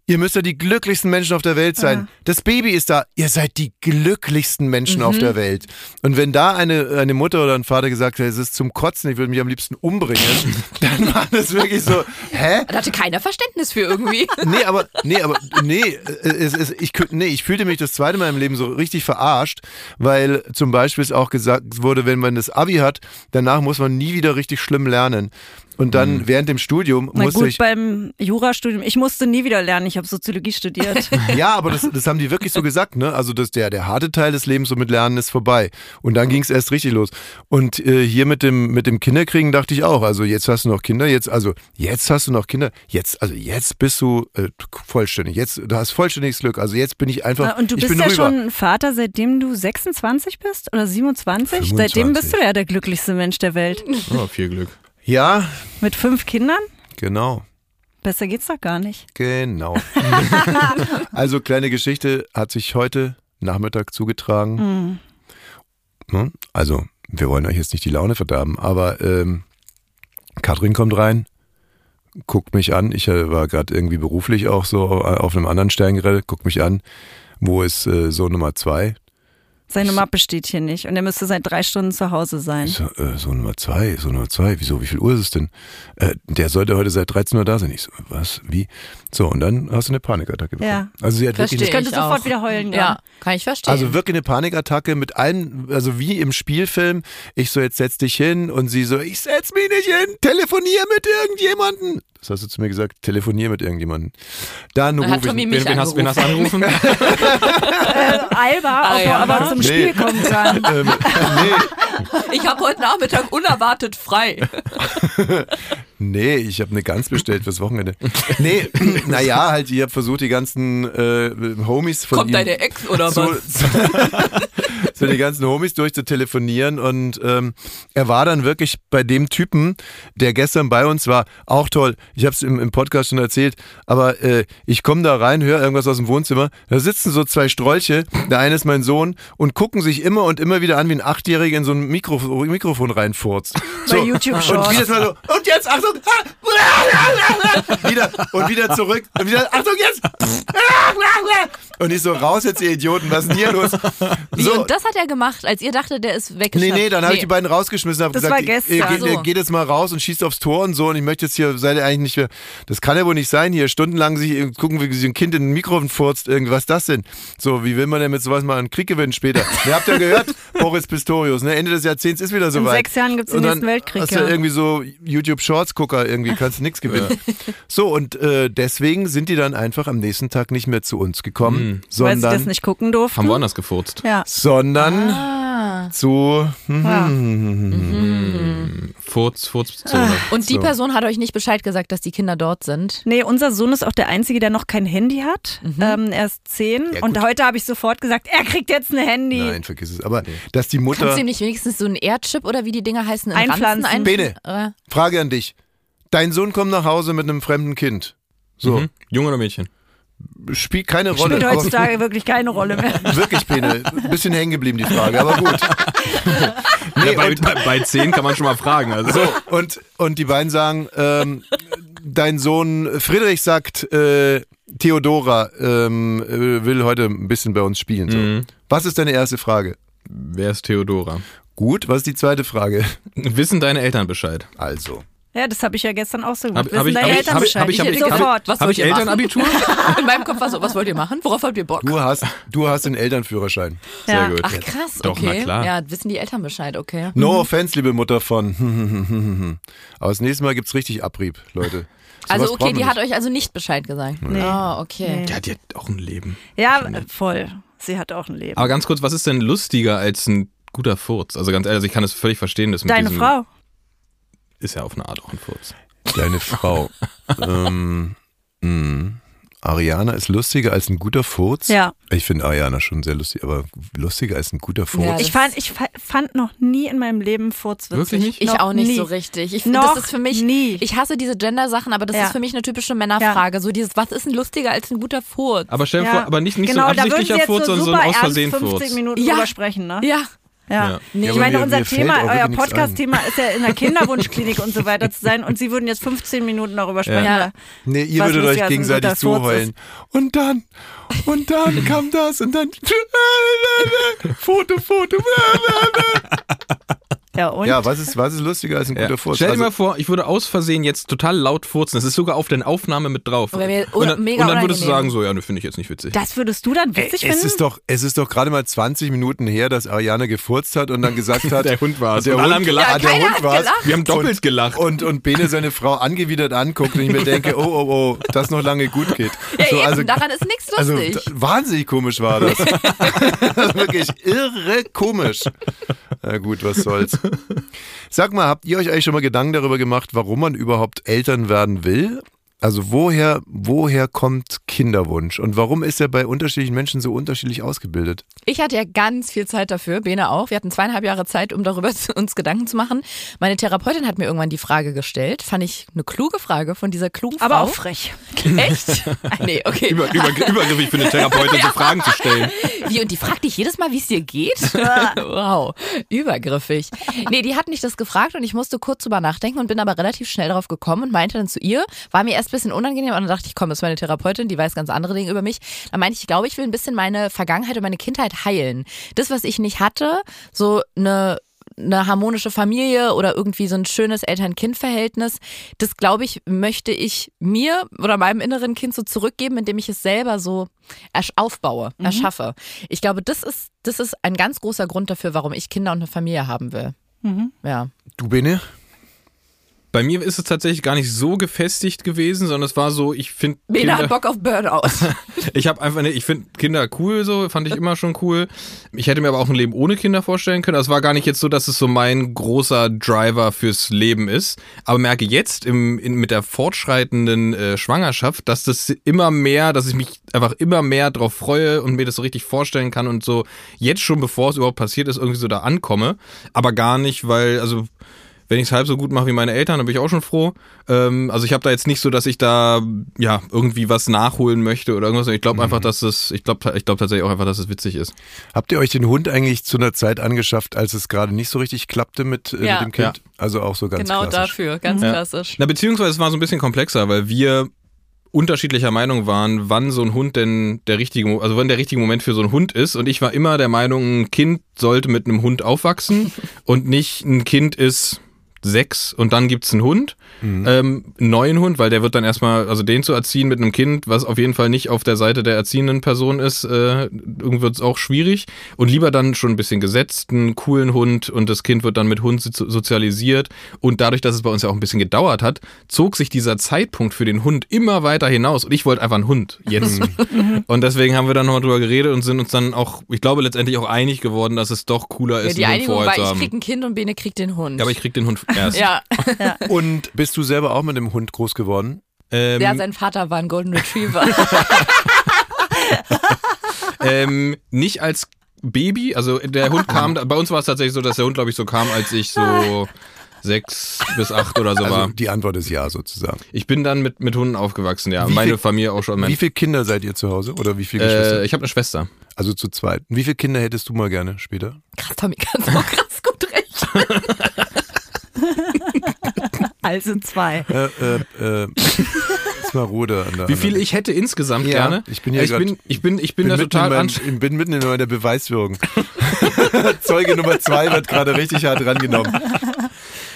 Ihr müsst ja die glücklichsten Menschen auf der Welt sein. Das Baby ist da. Ihr seid die glücklichsten Menschen auf der Welt. Und wenn da eine, eine Mutter oder ein Vater gesagt hat, es ist zum Kotzen, ich würde mich am liebsten umbringen, dann war das wirklich so, hä? Da hatte keiner Verständnis für irgendwie. Nee, aber, nee, aber, nee, äh, es, es, ich, kö- nee, ich fühlte mich das zweite Mal im Leben so richtig verarscht, weil zum Beispiel es auch gesagt wurde, wenn man das Abi hat, danach muss man nie wieder richtig schlimm lernen. Und dann während dem Studium Mhm. Na musste gut, ich. beim Jurastudium, ich musste nie wieder lernen, ich habe Soziologie studiert. Ja, aber das, das haben die wirklich so gesagt, ne? Also das, der, der harte Teil des Lebens so mit Lernen ist vorbei. Und dann ging es erst richtig los. Und äh, hier mit dem, mit dem Kinderkriegen dachte ich auch, also jetzt hast du noch Kinder, jetzt, also jetzt hast du noch Kinder, jetzt, also jetzt bist du äh, vollständig, jetzt, du hast vollständiges Glück, also jetzt bin ich einfach, Na, Und du ich bist bin ja rüber. schon Vater, seitdem du 26 bist oder 27? 25. Seitdem bist du ja der glücklichste Mensch der Welt. Oh, viel Glück. ja, Mit fünf Kindern? genau. Besser geht's doch gar nicht. Genau. also kleine Geschichte hat sich heute Nachmittag zugetragen. Ne? Also wir wollen euch jetzt nicht die Laune verderben, aber ähm, Katrin kommt rein, guckt mich an. Ich äh, war gerade irgendwie beruflich auch so auf einem anderen Stern gerade, guckt mich an. Wo ist äh, so Nummer zwei? Seine Mappe steht hier nicht und er müsste seit drei Stunden zu Hause sein. Ich So, äh, so Nummer zwei, so Nummer zwei, wieso, wie viel Uhr ist es denn? Äh, der sollte heute seit 13 Uhr da sein. Ich so, was, wie? So, und dann hast du eine Panikattacke bekommen. Ja. Also sie hat wirklich Verstehe eine ich könnte sofort auch. wieder heulen, Ja, ja. kann ich verstehen. Also wirklich eine Panikattacke mit allem, also wie im Spielfilm. Ich so, jetzt setz dich hin und sie so, ich setz mich nicht hin, telefonier mit irgendjemanden. Das hast du zu mir gesagt, telefonier mit irgendjemanden. Dann Dann hat rufe Tommy ich. mich Wen, wen, hast, wen hast du angerufen. angerufen? Äh, Alba, Ah, ob ja. er aber zum Nee. Spiel kommen kann. Ähm, Ich habe heute Nachmittag unerwartet frei. nee, ich habe eine Gans bestellt fürs Wochenende. Nee, naja, halt, ich habe versucht, die ganzen äh, Homies von Kommt ihm deine Ex oder so, was? so, so die ganzen Homies durchzutelefonieren und ähm, er war dann wirklich bei dem Typen, der gestern bei uns war, auch toll. Ich habe es im, im Podcast schon erzählt, aber äh, ich komme da rein, höre irgendwas aus dem Wohnzimmer, da sitzen so zwei Strolche, der eine ist mein Sohn und gucken sich immer und immer wieder an, wie ein Achtjähriger in so ein Mikro Mikrofon reinfurzt. So, YouTube und Shorts. wieder mal so, und jetzt, Achtung, ah, wieder und wieder zurück und wieder, Achtung, jetzt. Und ich so, raus jetzt, ihr Idioten, was ist denn hier los? Wie, So, und das hat er gemacht, als ihr dachtet, der ist weg. nee, nee, dann habe ich die beiden rausgeschmissen, habe Das gesagt, war ihr- gestern. ihr geht, So. ihr geht jetzt mal raus und schießt aufs Tor und so und ich möchte jetzt hier, seid ihr eigentlich nicht mehr, das kann ja wohl nicht sein hier, stundenlang sich äh, gucken, wie sich ein Kind in den Mikrofon furzt, irgendwas das denn? So, wie will man denn mit sowas mal einen Krieg gewinnen später? Ihr habt ja gehört, Boris Pistorius, ne, Ende des Jahrzehnts ist wieder In soweit. sechs Jahren gibt's den Und dann nächsten Weltkrieg, Hast du ja. irgendwie so YouTube-Shorts-Gucker, irgendwie kannst du nichts gewinnen. So, und äh, deswegen sind die dann einfach am nächsten Tag nicht mehr zu uns gekommen, Hm. Weil sie sondern, das nicht gucken durften. Haben woanders gefurzt. ja. sondern Ah. zu... hm, Ja. Mhm. Furz, Furzzone. Und die So. Person hat euch nicht Bescheid gesagt, dass die Kinder dort sind. Nee, unser Sohn ist auch der Einzige, der noch kein Handy hat. Ähm, er ist zehn. Ja, und gut. heute habe ich sofort gesagt, er kriegt jetzt ein Handy. Nein, vergiss es. Aber dass die Mutter... Kannst du ihm nicht wenigstens so einen Erdchip oder wie die Dinger heißen? in Ranzen Einpflanzen. ein- Bene. Äh, Frage an dich. Dein Sohn kommt nach Hause mit einem fremden Kind. So, Mhm. Junge oder Mädchen? spielt keine Rolle. Spielt heutzutage wirklich keine Rolle mehr. aber wirklich, Bene. Bisschen hängen geblieben, die Frage, aber gut. ja, bei, bei, bei 10 kann man schon mal fragen. Also. So, und, und die beiden sagen, ähm, dein Sohn Friedrich sagt, äh, Theodora ähm, äh, will heute ein bisschen bei uns spielen. So. Mhm. Was ist deine erste Frage? Wer ist Theodora? Gut, was ist die zweite Frage? Wissen deine Eltern Bescheid? Also. Ja, das habe ich ja gestern auch so gut. Hab- Wissen hab ich- deine hab ich- Eltern hab ich- Bescheid? hab ich- hab ich- sofort. hab Was Hab wollt ich ihr machen? Elternabitur? In meinem Kopf war so, was wollt ihr machen? Worauf habt ihr Bock? Du hast, du hast den Elternführerschein. ja. Sehr gut. Ach krass, Doch, okay. na klar. Ja, wissen die Eltern Bescheid, okay. Mhm. No offense, liebe Mutter von. Aber das nächste Mal gibt es richtig Abrieb, Leute. Sowas also brauchen okay, wir die nicht. hat euch also nicht Bescheid gesagt. Ah, okay. Die hat ja auch ein Leben. Ja, äh, voll. Sie hat auch ein Leben. Aber ganz kurz, was ist denn lustiger als ein guter Furz? Also ganz ehrlich, also ich kann das völlig verstehen. Das mit Deine diesem, Frau. Ist ja auf eine Art auch ein Furz. Deine Frau. ähm, mh. Ariana ist lustiger als ein guter Furz. Ja. Ich finde Ariana schon sehr lustig, aber lustiger als ein guter Ja, Furz. das- Ich fand, ich fa- fand noch nie in meinem Leben Furzwitzig. Wirklich nicht? Ich Noch auch nicht nie. so richtig. Ich, Noch das ist für mich, nie. ich hasse diese Gender-Sachen, aber das Ja. ist für mich eine typische Männerfrage. So dieses, was ist denn lustiger als ein guter Furz? Aber stell dir Ja. vor, aber nicht, nicht genau, so ein absichtlicher da würden sie jetzt Furz, sondern so ein super aus ernst Versehen 50 Furz. Minuten Ja. drüber sprechen, ne? Ja, Ja. Ja. Nee, Ja, ich Ich meine, aber meine, mir- unser mir fällt Thema, auch euer wirklich nichts Podcast-Thema ist ja in der Kinderwunschklinik und so weiter zu sein. Und Sie würden jetzt 15 Minuten darüber sprechen. Ja. Ja. Nee, ihr Was würdet lustiger euch ist, ein gegenseitig guter Furz zuheulen. Und dann, und dann kam das und dann Foto, Foto. ja, und? Ja, was ist, was ist lustiger als ein Ja. guter Furz? Stell dir Also- mal vor, ich würde aus Versehen jetzt total laut furzen. Das ist sogar auf deine Aufnahme mit drauf. Wäre mir und dann, mega und dann würdest du sagen, unangenehm. so, ja, ne, finde ich jetzt nicht witzig. Das würdest du dann witzig es finden? ist doch, es ist doch gerade mal 20 Minuten her, dass Ariane gefurzt hat und dann gesagt hat, Der Hund war's. Der Und Hund, alle haben gelacht. Ah, der Ja, keiner Hund hat war's. gelacht. Wir haben doppelt gelacht. Oh. Und, und Bene seine Frau angewidert anguckt und ich mir denke, oh, oh, oh, das noch lange gut geht. Ja, eben, daran ist nichts also lustig. d- wahnsinnig komisch war das. Wirklich irre komisch. Na gut, was soll's. Sag mal, habt ihr euch eigentlich schon mal Gedanken darüber gemacht, warum man überhaupt Eltern werden will? Also woher, woher kommt Kinderwunsch und warum ist er bei unterschiedlichen Menschen so unterschiedlich ausgebildet? Ich hatte ja ganz viel Zeit dafür, Bene auch. Wir hatten zweieinhalb Jahre Zeit, um darüber zu- uns Gedanken zu machen. Meine Therapeutin hat mir irgendwann die Frage gestellt. Fand ich eine kluge Frage von dieser klugen aber Frau. auch frech. Echt? Ah, nee, okay. Über, über, übergriffig für eine Therapeutin, so Fragen zu stellen. Wie, und die fragt dich jedes Mal, wie es dir geht? wow, übergriffig. Nee, die hat mich das gefragt und ich musste kurz drüber nachdenken und bin aber relativ schnell darauf gekommen und meinte dann zu ihr, war mir erst ein bisschen unangenehm, aber dann dachte ich, komm, das ist meine Therapeutin, die weiß ganz andere Dinge über mich. Dann meinte ich, ich glaube, ich will ein bisschen meine Vergangenheit und meine Kindheit heilen. Das, was ich nicht hatte, so eine eine harmonische Familie oder irgendwie so ein schönes Eltern-Kind-Verhältnis. Das, glaube ich, möchte ich mir oder meinem inneren Kind so zurückgeben, indem ich es selber so ersch- aufbaue, Mhm. erschaffe. Ich glaube, das ist, das ist ein ganz großer Grund dafür, warum ich Kinder und eine Familie haben will. Mhm. Ja. Du Bene? Bei mir ist es tatsächlich gar nicht so gefestigt gewesen, sondern es war so, ich finde Bena Kinder, hat Bock auf Burnout. ich habe einfach, ne, ich finde Kinder cool so, fand ich immer schon cool. Ich hätte mir aber auch ein Leben ohne Kinder vorstellen können. Das war gar nicht jetzt so, dass es so mein großer Driver fürs Leben ist. Aber merke jetzt im, in, mit der fortschreitenden äh, Schwangerschaft, dass das immer mehr, dass ich mich einfach immer mehr drauf freue und mir das so richtig vorstellen kann und so jetzt schon, bevor es überhaupt passiert ist, irgendwie so da ankomme. Aber gar nicht, weil, also wenn ich es halb so gut mache wie meine Eltern, dann bin ich auch schon froh. Ähm, also ich habe da jetzt nicht so, dass ich da ja irgendwie was nachholen möchte oder irgendwas. Ich glaube einfach, dass es, ich glaube, ich glaube tatsächlich auch einfach, dass es witzig ist. Habt ihr euch den Hund eigentlich zu einer Zeit angeschafft, als es gerade nicht so richtig klappte mit, äh, Ja. mit dem Kind? Also auch so ganz klassisch. Genau ganz Ja. klassisch. Na beziehungsweise es war so ein bisschen komplexer, weil wir unterschiedlicher Meinung waren, wann so ein Hund denn der richtige, Mo- also wann der richtige Moment für so einen Hund ist. Und ich war immer der Meinung, ein Kind sollte mit einem Hund aufwachsen und nicht ein Kind ist sechs und dann gibt's einen Hund, ähm, einen neuen Hund, weil der wird dann erstmal, also den zu erziehen mit einem Kind, was auf jeden Fall nicht auf der Seite der erziehenden Person ist, äh, irgendwie wird's auch schwierig. Und lieber dann schon ein bisschen gesetzten, coolen Hund und das Kind wird dann mit Hund so- sozialisiert. Und dadurch, dass es bei uns ja auch ein bisschen gedauert hat, zog sich dieser Zeitpunkt für den Hund immer weiter hinaus. Und ich wollte einfach einen Hund jetzt. und deswegen haben wir dann nochmal drüber geredet und sind uns dann auch, ich glaube, letztendlich auch einig geworden, dass es doch cooler Ja, ist, die einen Hund Einigung vorher war, zu ich haben. krieg ein Kind und Bene kriegt den Hund. Ja, aber ich krieg den Hund erst. ja. Und bist du selber auch mit dem Hund groß geworden? Ähm, ja, sein Vater war ein Golden Retriever. ähm, nicht als Baby, also der Hund kam, da- bei uns war es tatsächlich so, dass der Hund, glaube ich, so kam, als ich so sechs bis acht oder so Also war. die Antwort ist ja sozusagen. Ich bin dann mit, mit Hunden aufgewachsen, ja. Wie Meine viel- Familie auch schon. Mein, Wie viele Kinder seid ihr zu Hause oder wie viele Geschwister? äh, ich habe eine Schwester. Also zu zweit. Wie viele Kinder hättest du mal gerne später? krass, Tommy, kannst du auch krass gut rechnen. Also zwei. Äh, äh, äh, ist mal Ruder an der Wie viele anderen. ich hätte insgesamt Ja, gerne? ich bin ja ich bin, grad- ich bin, ich bin, da mitten total in an. meinem, bin mitten in meiner Beweiswirkung. Zeuge Nummer zwei wird gerade richtig hart rangenommen.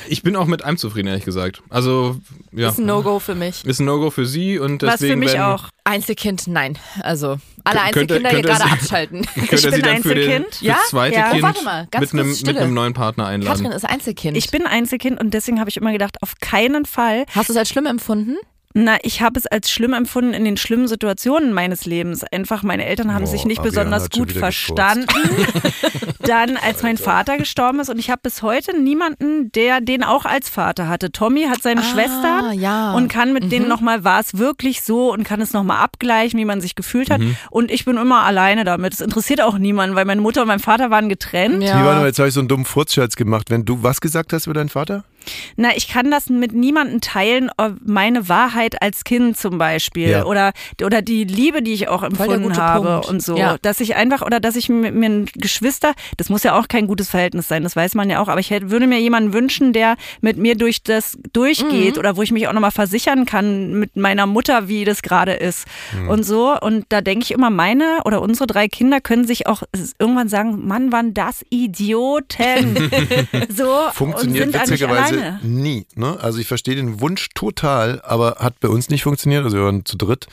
Ich bin auch mit einem zufrieden, ehrlich gesagt. Also, ja. Ist ein No-Go für mich. Ist ein No-Go für sie und deswegen. Was für mich wenn, auch. Einzelkind, nein. Also, alle Könnte- Einzelkinder könnte hier gerade es- abschalten. Könnte Ich sie bin dann für den, Einzelkind. fürs Ja? zweite Ja. Oh, Kind warte mal, ganz mit, einem, kurz mit Stille. einem neuen Partner einladen. Katrin ist Einzelkind. Ich bin Einzelkind und deswegen habe ich immer gedacht, auf keinen Fall Hast du es als schlimm empfunden? Na, ich habe es als schlimm empfunden in den schlimmen Situationen meines Lebens. Einfach, meine Eltern haben Boah, sich nicht Adriana besonders hat schon gut wieder gefurzt. verstanden. Dann, als mein Vater gestorben ist und ich habe bis heute niemanden, der den auch als Vater hatte. Tommy hat seine Schwester ja. und kann mit denen nochmal, war es wirklich so und kann es nochmal abgleichen, wie man sich gefühlt hat. Mhm. Und ich bin immer alleine damit. Es interessiert auch niemanden, weil meine Mutter und mein Vater waren getrennt. Wie war denn, jetzt habe ich so einen dummen Furzscherz gemacht. Wenn du was gesagt hast über deinen Vater? Na, ich kann das mit niemandem teilen, ob meine Wahrheit als Kind zum Beispiel Ja. oder, oder die Liebe, die ich auch empfunden gute habe Punkt. und so. Ja. Dass ich einfach, oder dass ich mir, mir ein Geschwister, das muss ja auch kein gutes Verhältnis sein, das weiß man ja auch, aber ich hätte, würde mir jemanden wünschen, der mit mir durch das durchgeht Mhm. oder wo ich mich auch nochmal versichern kann mit meiner Mutter, wie das gerade ist Mhm. und so. Und da denke ich immer, meine oder unsere drei Kinder können sich auch irgendwann sagen, Mann, waren das Idioten. so Funktioniert und sind Nicht witzigerweise alleine. nie. Ne? Also ich verstehe den Wunsch total, aber hat bei uns nicht funktioniert. Also wir waren zu dritt.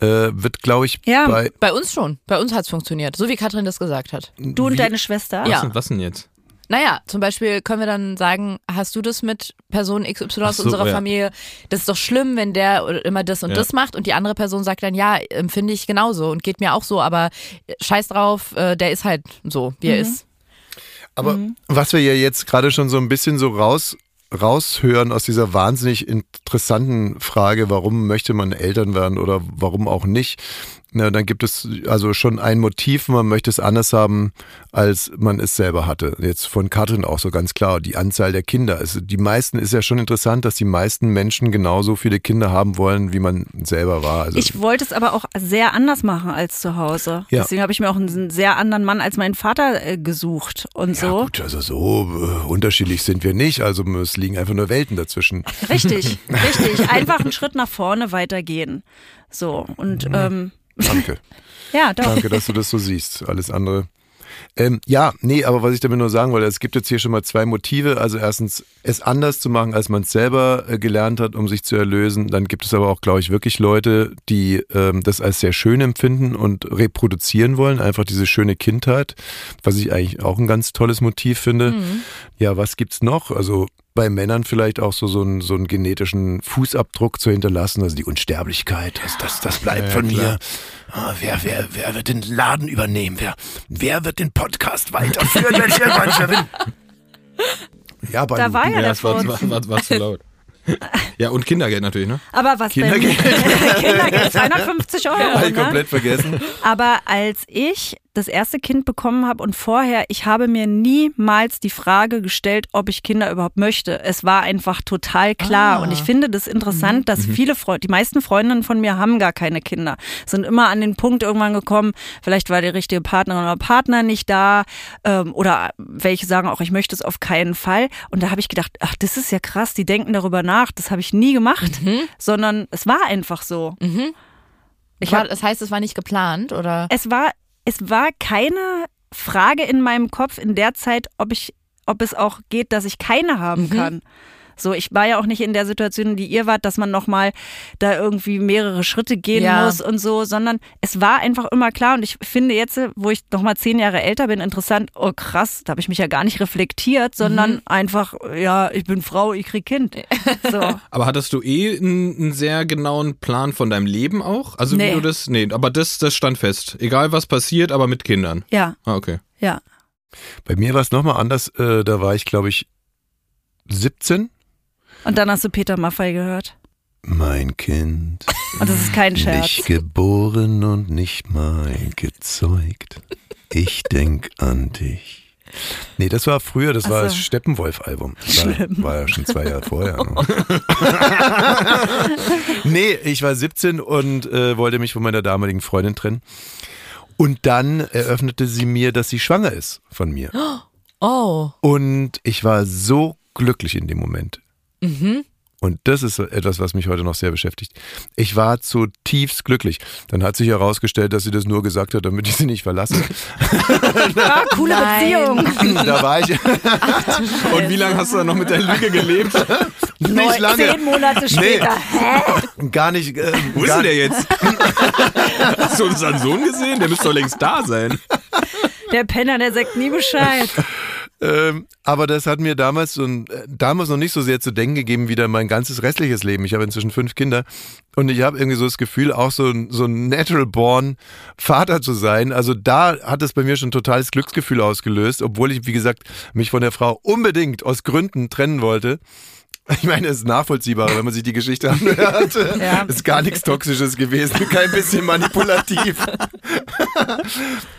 Äh, wird, glaube ich, Ja. bei Bei uns schon. Bei uns hat es funktioniert, so wie Katrin das gesagt hat. Du und deine Schwester? Ja. Was, denn- was denn jetzt? Naja, zum Beispiel können wir dann sagen, hast du das mit Person XY aus Ach so, unserer ja. Familie? Das ist doch schlimm, wenn der oder immer das und Ja. das macht und die andere Person sagt dann, ja, empfinde ich genauso und geht mir auch so, aber scheiß drauf, äh, der ist halt so, wie Mhm. er ist. Aber was wir ja jetzt gerade schon so ein bisschen so raus raushören aus dieser wahnsinnig interessanten Frage, warum möchte man Eltern werden oder warum auch nicht, na, dann gibt es also schon ein Motiv, man möchte es anders haben, als man es selber hatte. Jetzt von Katrin auch so ganz klar, die Anzahl der Kinder. Also die meisten ist ja schon interessant, dass die meisten Menschen genauso viele Kinder haben wollen, wie man selber war. Also Ich wollte es aber auch sehr anders machen als zu Hause. Ja. Deswegen habe ich mir auch einen sehr anderen Mann als meinen Vater äh, gesucht und ja so. gut, also so äh, unterschiedlich sind wir nicht. Also es liegen einfach nur Welten dazwischen. Richtig, richtig. Einfach einen Schritt nach vorne weitergehen. So und ähm, Danke. ja, doch. Danke, dass du das so siehst. Alles andere. Ähm, ja, nee, aber was ich damit nur sagen wollte, es gibt jetzt hier schon mal zwei Motive. Also erstens, es anders zu machen, als man es selber äh, gelernt hat, um sich zu erlösen. Dann gibt es aber auch, glaube ich, wirklich Leute, die ähm, das als sehr schön empfinden und reproduzieren wollen. Einfach diese schöne Kindheit, was ich eigentlich auch ein ganz tolles Motiv finde. Ja, was gibt's noch? Also bei Männern vielleicht auch so, so, einen, so einen genetischen Fußabdruck zu hinterlassen, also die Unsterblichkeit, das, das, das bleibt von mir. Ah, wer, wer, wer wird den Laden übernehmen? Wer, wer wird den Podcast weiterführen? Wer- wer- wer- wer- ja, bei Da war ja, Ja, der das war, Furz. war, war, war zu laut. Ja, und Kindergeld natürlich, ne? Aber was Kindergeld. denn? Kindergeld 250 Euro. Hab ich ne? Halt komplett vergessen. Aber als ich das erste Kind bekommen habe und vorher, ich habe mir niemals die Frage gestellt, ob ich Kinder überhaupt möchte. Es war einfach total klar. Ah. Mhm. Und ich finde das interessant, dass viele Freunde, die meisten Freundinnen von mir haben gar keine Kinder, sind immer an den Punkt irgendwann gekommen, vielleicht war die richtige Partnerin oder Partner nicht da ähm, oder welche sagen auch, ich möchte es auf keinen Fall. Und da habe ich gedacht, ach, das ist ja krass, die denken darüber nach. Das habe ich nie gemacht, Mhm. sondern es war einfach so. Ich war, hab- das heißt, es war nicht geplant oder? es war, es war keine Frage in meinem Kopf in der Zeit, ob ich, ob es auch geht, dass ich keine haben kann. So, ich war ja auch nicht in der Situation, die ihr wart, dass man nochmal da irgendwie mehrere Schritte gehen Ja. muss und so, sondern es war einfach immer klar und ich finde jetzt, wo ich nochmal zehn Jahre älter bin, interessant, oh krass, da habe ich mich ja gar nicht reflektiert, sondern einfach, ja, ich bin Frau, ich krieg Kind. So. Aber hattest du eh einen, einen sehr genauen Plan von deinem Leben auch? Also Nee. wie du das. Nee, aber das, das stand fest. Egal was passiert, aber mit Kindern. Ja, Ah, okay. ja. Bei mir war es nochmal anders. Äh, da war ich, glaube ich, 17. Und dann hast du Peter Maffei gehört. Mein Kind. Und das ist kein Scherz. Nicht geboren und nicht mal gezeugt. Ich denk an dich. Nee, das war früher, das Ach war so. das Steppenwolf-Album. Das war- War ja schon zwei Jahre vorher. Ne? nee, ich war 17 und äh, wollte mich von meiner damaligen Freundin trennen. Und dann eröffnete sie mir, dass sie schwanger ist von mir. Oh, Und ich war so glücklich in dem Moment. Mhm. Und das ist etwas, was mich heute noch sehr beschäftigt. Ich war zutiefst glücklich. Dann hat sich herausgestellt, dass sie das nur gesagt hat, damit ich sie nicht verlasse. Ah, coole Nein. Beziehung. da war ich Und wie lange hast du dann noch mit der Lüge gelebt? nicht Neun- lange. Zehn Monate später. Gar nicht. Äh, Wo ist gar denn der jetzt? Hast du unseren Sohn gesehen? Der müsste doch längst da sein. Der Penner, der sagt nie Bescheid. Ähm, aber das hat mir damals, so ein, äh, damals noch nicht so sehr zu denken gegeben, wie dann mein ganzes restliches Leben. Ich habe inzwischen fünf Kinder und ich habe irgendwie so das Gefühl, auch so ein, so ein natural born Vater zu sein. Also da hat es bei mir schon ein totales Glücksgefühl ausgelöst, obwohl ich, wie gesagt, mich von der Frau unbedingt aus Gründen trennen wollte. Ich meine, es ist nachvollziehbarer, wenn man sich die Geschichte anhört. Ja. Ist gar nichts Toxisches gewesen, kein bisschen manipulativ.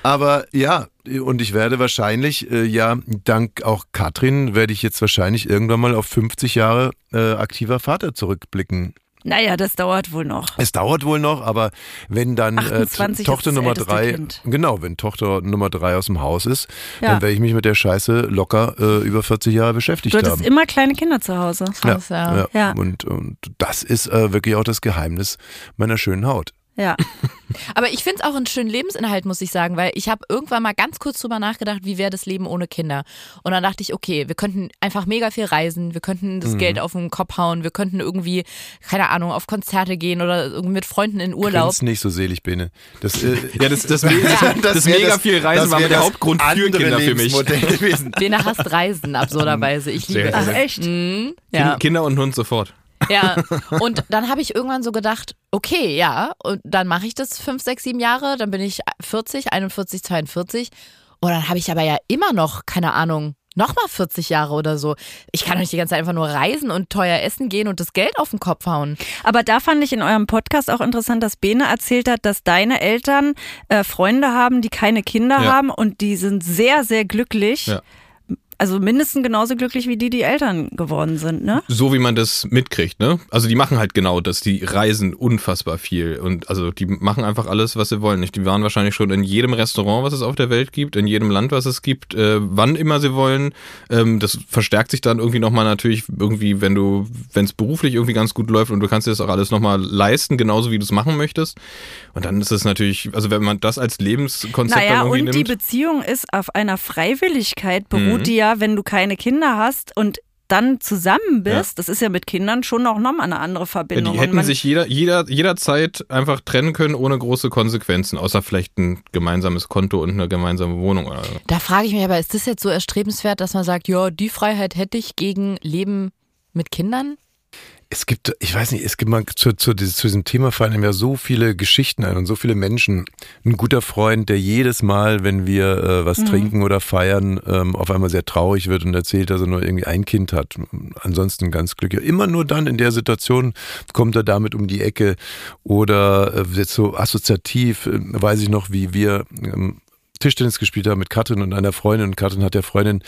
Aber ja, und ich werde wahrscheinlich, äh, ja, dank auch Katrin, werde ich jetzt wahrscheinlich irgendwann mal auf 50 Jahre äh, aktiver Vater zurückblicken. Naja, das dauert wohl noch. Es dauert wohl noch, aber wenn dann äh, 28 ist Tochter das Nummer älteste drei, Kind. genau, wenn Tochter Nummer drei aus dem Haus ist, Ja. dann werde ich mich mit der Scheiße locker äh, über 40 Jahre beschäftigt Du hattest haben. immer kleine Kinder zu Hause. Krass, ja. Ja. Ja. Und, und das ist äh, wirklich auch das Geheimnis meiner schönen Haut. Ja. Aber ich finde es auch einen schönen Lebensinhalt, muss ich sagen, weil ich habe irgendwann mal ganz kurz drüber nachgedacht, wie wäre das Leben ohne Kinder. Und dann dachte ich, okay, wir könnten einfach mega viel reisen, wir könnten das Geld auf den Kopf hauen, wir könnten irgendwie, keine Ahnung, auf Konzerte gehen oder irgendwie mit Freunden in Urlaub. Grins nicht so selig, Bene. Das, äh, Ja, das, das, das, das, wär mega viel Reisen das war wär aber der das Hauptgrund für andere Kinder für mich. Lebensmodell Gewesen. Bene hasst Reisen, absurderweise. Ich liebe Sehr. es. Ach echt? Mhm, ja. Kinder und Hund sofort. ja. Und dann habe ich irgendwann so gedacht, okay, ja, und dann mache ich das fünf, sechs, sieben Jahre, dann bin ich 40, 41, 42. Und dann habe ich aber ja immer noch, keine Ahnung, nochmal 40 Jahre oder so. Ich kann doch nicht die ganze Zeit einfach nur reisen und teuer essen gehen und das Geld auf den Kopf hauen. Aber da fand ich in eurem Podcast auch interessant, dass Bene erzählt hat, dass deine Eltern äh, Freunde haben, die keine Kinder Ja. haben und die sind sehr, sehr glücklich. Ja. Also mindestens genauso glücklich wie die, die Eltern geworden sind, ne? So wie man das mitkriegt, ne? Also die machen halt genau das, die reisen unfassbar viel und also die machen einfach alles, was sie wollen. Nicht? Die waren wahrscheinlich schon in jedem Restaurant, was es auf der Welt gibt, in jedem Land, was es gibt, äh, wann immer sie wollen. Ähm, das verstärkt sich dann irgendwie nochmal natürlich irgendwie, wenn du, wenn es beruflich irgendwie ganz gut läuft und du kannst dir das auch alles nochmal leisten, genauso wie du es machen möchtest. Und dann ist es natürlich, also wenn man das als Lebenskonzept Naja, dann irgendwie und die nimmt. Mhm. Beziehung ist auf einer Freiwilligkeit, beruht die ja, wenn du keine Kinder hast und dann zusammen bist, das ist ja mit Kindern schon auch nochmal eine andere Ja, Verbindung. Äh, die Und hätten man- sich jeder, jeder, jederzeit einfach trennen können, ohne große Konsequenzen, außer vielleicht ein gemeinsames Konto und eine gemeinsame Wohnung. Äh, Oder so. Da frage ich mich aber, ist das jetzt so erstrebenswert, dass man sagt, ja, die Freiheit hätte ich gegen Leben mit Kindern? Es gibt, ich weiß nicht, es gibt mal zu, zu, dieses- zu diesem Thema fallen einem ja so viele Geschichten ein und so viele Menschen. Ein guter Freund, der jedes Mal, wenn wir äh, was trinken oder feiern, ähm, auf einmal sehr traurig wird und erzählt, dass er nur irgendwie ein Kind hat. Ansonsten ganz glücklich. Immer nur dann in der Situation kommt er damit um die Ecke oder äh, jetzt so assoziativ, äh, weiß ich noch, wie wir ähm, Tischtennis gespielt haben mit Katrin und einer Freundin. Und Katrin hat der Freundin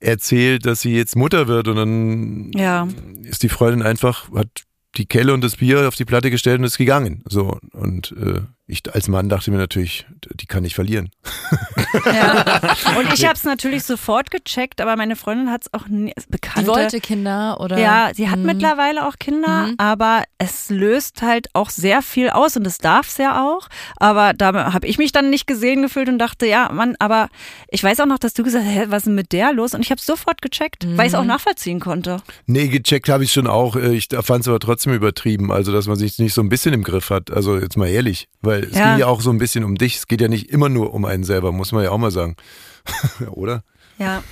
erzählt, dass sie jetzt Mutter wird und dann ja. ist die Freundin einfach, hat die Kelle und das Bier auf die Platte gestellt und ist gegangen. So. Und äh, ich als Mann dachte mir natürlich, die kann ich verlieren. ja. Und ich habe es natürlich sofort gecheckt, aber meine Freundin hat es auch nie, Die bekannte, wollte Kinder oder? Ja, sie hat Mhm. mittlerweile auch Kinder, Mhm. aber es löst halt auch sehr viel aus und das darf es ja auch. Aber da habe ich mich dann nicht gesehen gefühlt und dachte, ja, Mann, aber ich weiß auch noch, dass du gesagt hast, hä, was ist denn mit der los? Und ich habe sofort gecheckt, weil ich Mhm. es auch nachvollziehen konnte. Nee, gecheckt habe ich schon auch. Äh, Ich fand es aber trotzdem übertrieben. Also, dass man sich nicht so ein bisschen im Griff hat. Also, jetzt mal ehrlich. Weil es Ja. ging ja auch so ein bisschen um dich. Es geht ja nicht immer nur um einen selber, muss man ja auch mal sagen. Oder? Ja.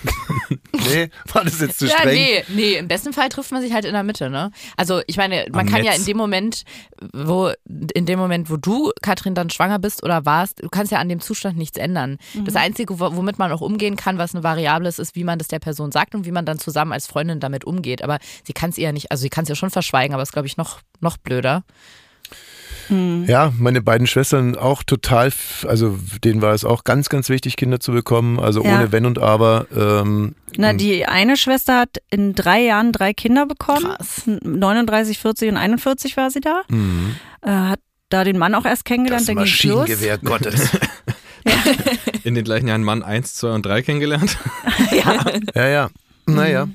Nee, war das jetzt zu Ja, streng? nee, nee, im besten Fall trifft man sich halt in der Mitte, ne? Also, ich meine, man Am kann ja Netz. in dem Moment, wo in dem Moment, wo du Katrin dann schwanger bist oder warst, du kannst ja an dem Zustand nichts ändern. Das einzige, wo- womit man auch umgehen kann, was eine Variable ist, ist, wie man das der Person sagt und wie man dann zusammen als Freundin damit umgeht, aber sie kann es ihr ja nicht, also sie kann es ja schon verschweigen, aber ist glaube ich noch noch blöder. Ja, meine beiden Schwestern auch total, f- also denen war es auch ganz, ganz wichtig, Kinder zu bekommen. Also Ja. ohne Wenn und Aber. Ähm, Na, die eine Schwester hat in drei Jahren drei Kinder bekommen. Krass. 39, 40 und 41 war sie da. Äh, hat da den Mann auch erst kennengelernt, dann ging's los. Gottes. In den gleichen Jahren Mann 1, 2 und 3 kennengelernt. Ja, ja. Naja.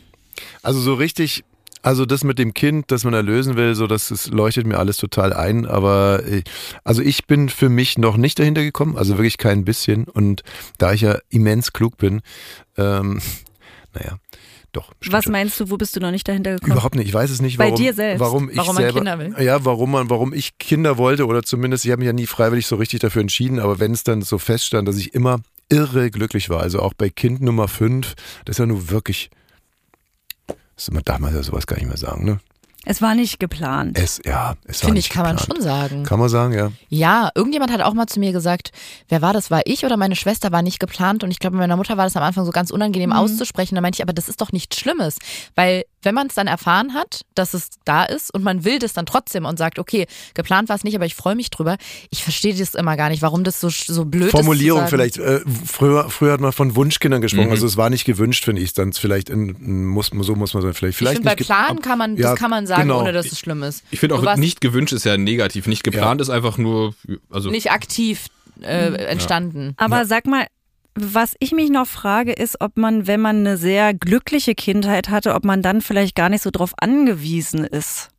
Also so richtig, also das mit dem Kind, das man erlösen will, so das ist, leuchtet mir alles total ein. Aber äh, also ich bin für mich noch nicht dahinter gekommen, also wirklich kein bisschen. Und da ich ja immens klug bin, ähm, naja, doch. stimmt Was schon. meinst du, wo bist du noch nicht dahinter gekommen? Überhaupt nicht. Ich weiß es nicht, Bei warum, dir selbst. warum ich Warum man selber, Kinder will. ja, warum man, warum ich Kinder wollte oder zumindest, ich habe mich ja nie freiwillig so richtig dafür entschieden, aber wenn es dann so feststand, dass ich immer irre glücklich war, also auch bei Kind Nummer 5, das ist ja nur wirklich, das man darf man ja sowas gar nicht mehr sagen, ne? Es war nicht geplant. Es, ja, es war Finde ich nicht kann man geplant. schon sagen. Kann man sagen, ja. Ja, irgendjemand hat auch mal zu mir gesagt, wer war das? War ich oder meine Schwester war nicht Mhm. geplant? Und ich glaube, meiner Mutter war das am Anfang so ganz unangenehm auszusprechen. Da meinte ich, aber das ist doch nichts Schlimmes. Weil, wenn man es dann erfahren hat, dass es da ist und man will das dann trotzdem und sagt, okay, geplant war es nicht, aber ich freue mich drüber. Ich verstehe das immer gar nicht, warum das so, so blöd Formulierung ist. zu sagen. vielleicht. Äh, früher, früher hat man von Wunschkindern gesprochen. Also es war nicht gewünscht, finde ich. Dann vielleicht in, muss, so muss man sagen. Vielleicht, Ich vielleicht finde, bei nicht ge- Planen ab- kann man, Ja, das kann man sagen, genau. ohne dass es schlimm ist. Ich finde Du auch warst nicht gewünscht ist ja negativ. Nicht geplant Ja. ist einfach nur, also nicht aktiv äh, Mhm. entstanden. Aber sag mal, was ich mich noch frage, ist, ob man, wenn man eine sehr glückliche Kindheit hatte, ob man dann vielleicht gar nicht so drauf angewiesen ist,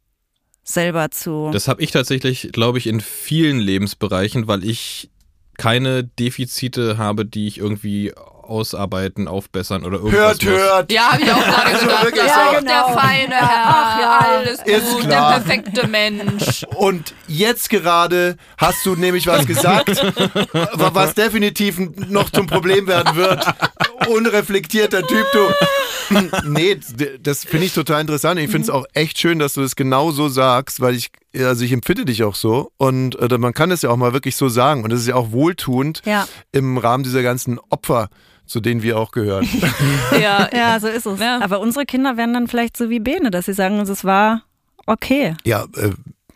selber zu. Das habe ich tatsächlich, glaube ich, in vielen Lebensbereichen, weil ich keine Defizite habe, die ich irgendwie ausarbeiten, aufbessern oder irgendwas. Hört, hört. Ja, hab ich auch gerade gesagt. Also wirklich ja, so. Der feine Herr, Ach ja. alles Ist gut, klar. der perfekte Mensch. Und jetzt gerade hast du nämlich was gesagt, wa- was definitiv noch zum Problem werden wird. Unreflektierter Typ, du. Hm, Nee, d- das finde ich total interessant. Ich finde es auch echt schön, dass du das genau so sagst, weil ich, also ich empfinde dich auch so. Und äh, man kann es ja auch mal wirklich so sagen. Und es ist ja auch wohltuend Ja. im Rahmen dieser ganzen Opfer, zu denen wir auch gehören. Ah, Ja, Ja, so ist es. Ja. Aber unsere Kinder werden dann vielleicht so wie Bene, dass sie sagen, es war okay. Ja, äh,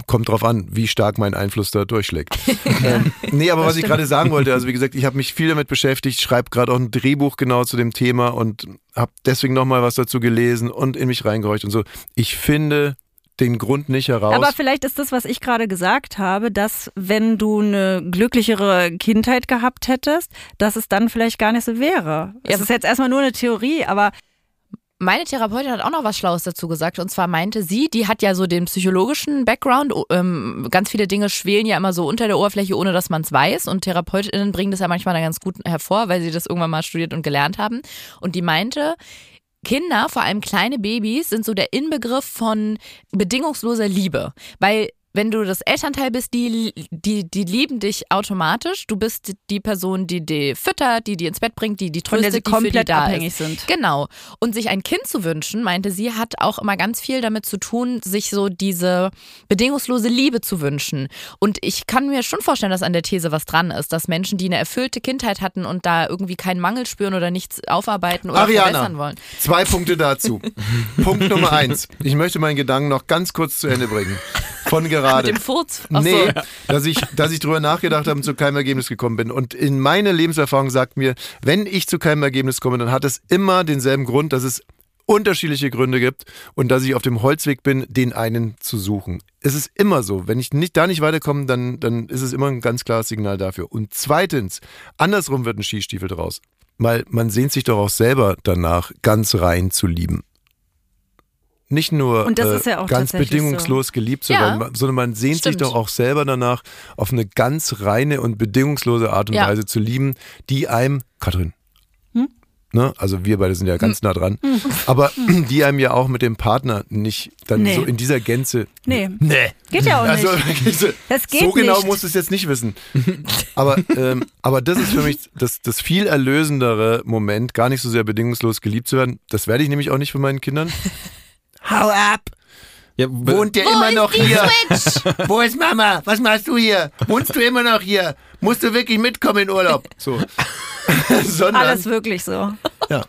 kommt drauf an, wie stark mein Einfluss da durchschlägt. ähm, nee, aber was ich gerade sagen wollte, also wie gesagt, ich habe mich viel damit beschäftigt, schreibe gerade auch ein Drehbuch genau zu dem Thema und habe deswegen nochmal was dazu gelesen und in mich reingehorcht und so. Ich finde den Grund nicht heraus. Aber vielleicht ist das, was ich gerade gesagt habe, dass wenn du eine glücklichere Kindheit gehabt hättest, dass es dann vielleicht gar nicht so wäre. Ja, es ist jetzt erstmal nur eine Theorie, aber Meine Therapeutin hat auch noch was Schlaues dazu gesagt. Und zwar meinte sie, die hat ja so den psychologischen Background. o- Ähm, ganz viele Dinge schwelen ja immer so unter der Oberfläche, ohne dass man es weiß. Und Therapeutinnen bringen das ja manchmal dann ganz gut hervor, weil sie das irgendwann mal studiert und gelernt haben. Und die meinte, Kinder, vor allem kleine Babys, sind so der Inbegriff von bedingungsloser Liebe. Weil wenn du das Elternteil bist, die, die, die lieben dich automatisch. Du bist die Person, die die füttert, die die ins Bett bringt, die die von der tröstet, sie die für die komplett da ist. abhängig sind. Genau. Und sich ein Kind zu wünschen, meinte sie, hat auch immer ganz viel damit zu tun, sich so diese bedingungslose Liebe zu wünschen. Und ich kann mir schon vorstellen, dass an der These was dran ist, dass Menschen, die eine erfüllte Kindheit hatten und da irgendwie keinen Mangel spüren oder nichts aufarbeiten oder verbessern Ariana, wollen. zwei Punkte dazu. Punkt Nummer eins. Ich möchte meinen Gedanken noch ganz kurz zu Ende bringen. Von gerade. Dem Furz. Ach so. nee, dass ich, dass ich drüber nachgedacht habe und zu keinem Ergebnis gekommen bin. Und in meine Lebenserfahrung sagt mir, wenn ich zu keinem Ergebnis komme, dann hat es immer denselben Grund, dass es unterschiedliche Gründe gibt und dass ich auf dem Holzweg bin, den einen zu suchen. Es ist immer so. Wenn ich nicht, da nicht weiterkomme, dann, dann ist es immer ein ganz klares Signal dafür. Und zweitens, andersrum wird ein Skistiefel draus. Weil man sehnt sich doch auch selber danach, ganz rein zu lieben. Nicht nur Und das äh, ist ja auch ganz tatsächlich so. bedingungslos geliebt zu Ja. werden, sondern man sehnt Stimmt. sich doch auch selber danach, auf eine ganz reine und bedingungslose Art und Ja. Weise zu lieben, die einem, Katrin, Hm? ne, also wir beide sind ja ganz nah dran, aber die einem ja auch mit dem Partner nicht dann Nee. so in dieser Gänze. Nee. Nee. Geht ja auch Also, nicht. wirklich so, Das geht so genau nicht. musst du es jetzt nicht wissen. Aber, ähm, aber das ist für mich das, das viel erlösendere Moment, gar nicht so sehr bedingungslos geliebt zu werden. Das werde ich nämlich auch nicht von meinen Kindern. Hau ab! Ja, be- der Wo ist die Switch? Wo ist Mama? Was machst du hier? Wohnst du immer noch hier? Musst du wirklich mitkommen in Urlaub? So. Sondern, Alles wirklich so. ja.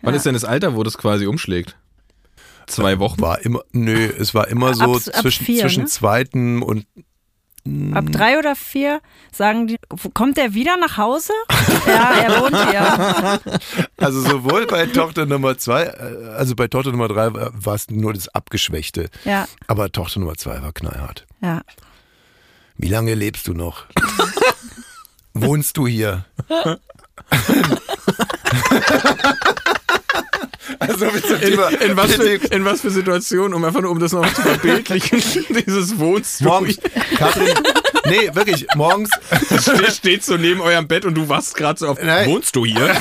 wann ist denn das Alter, wo das quasi umschlägt? Zwei Wochen. War immer, nö, es war immer so Ab- ab zwischen, vier, zwischen ne? zweiten und, Mhm. Ab drei oder vier sagen die, kommt der wieder nach Hause? Ja, er wohnt hier. also sowohl bei Tochter Nummer zwei, äh, also bei Tochter Nummer drei war war es nur das Abgeschwächte. Ja, Aber Tochter Nummer zwei war knallhart. ja. Wie lange lebst du noch? Wohnst du hier? also mit so In, in, was für, in was für Situationen, um einfach nur um das noch zu verbildlichen, dieses Wohnst du. Morgens, Katrin, nee, wirklich, morgens, Der steht so neben eurem Bett und du wachst gerade so auf. Nein. Wohnst du hier?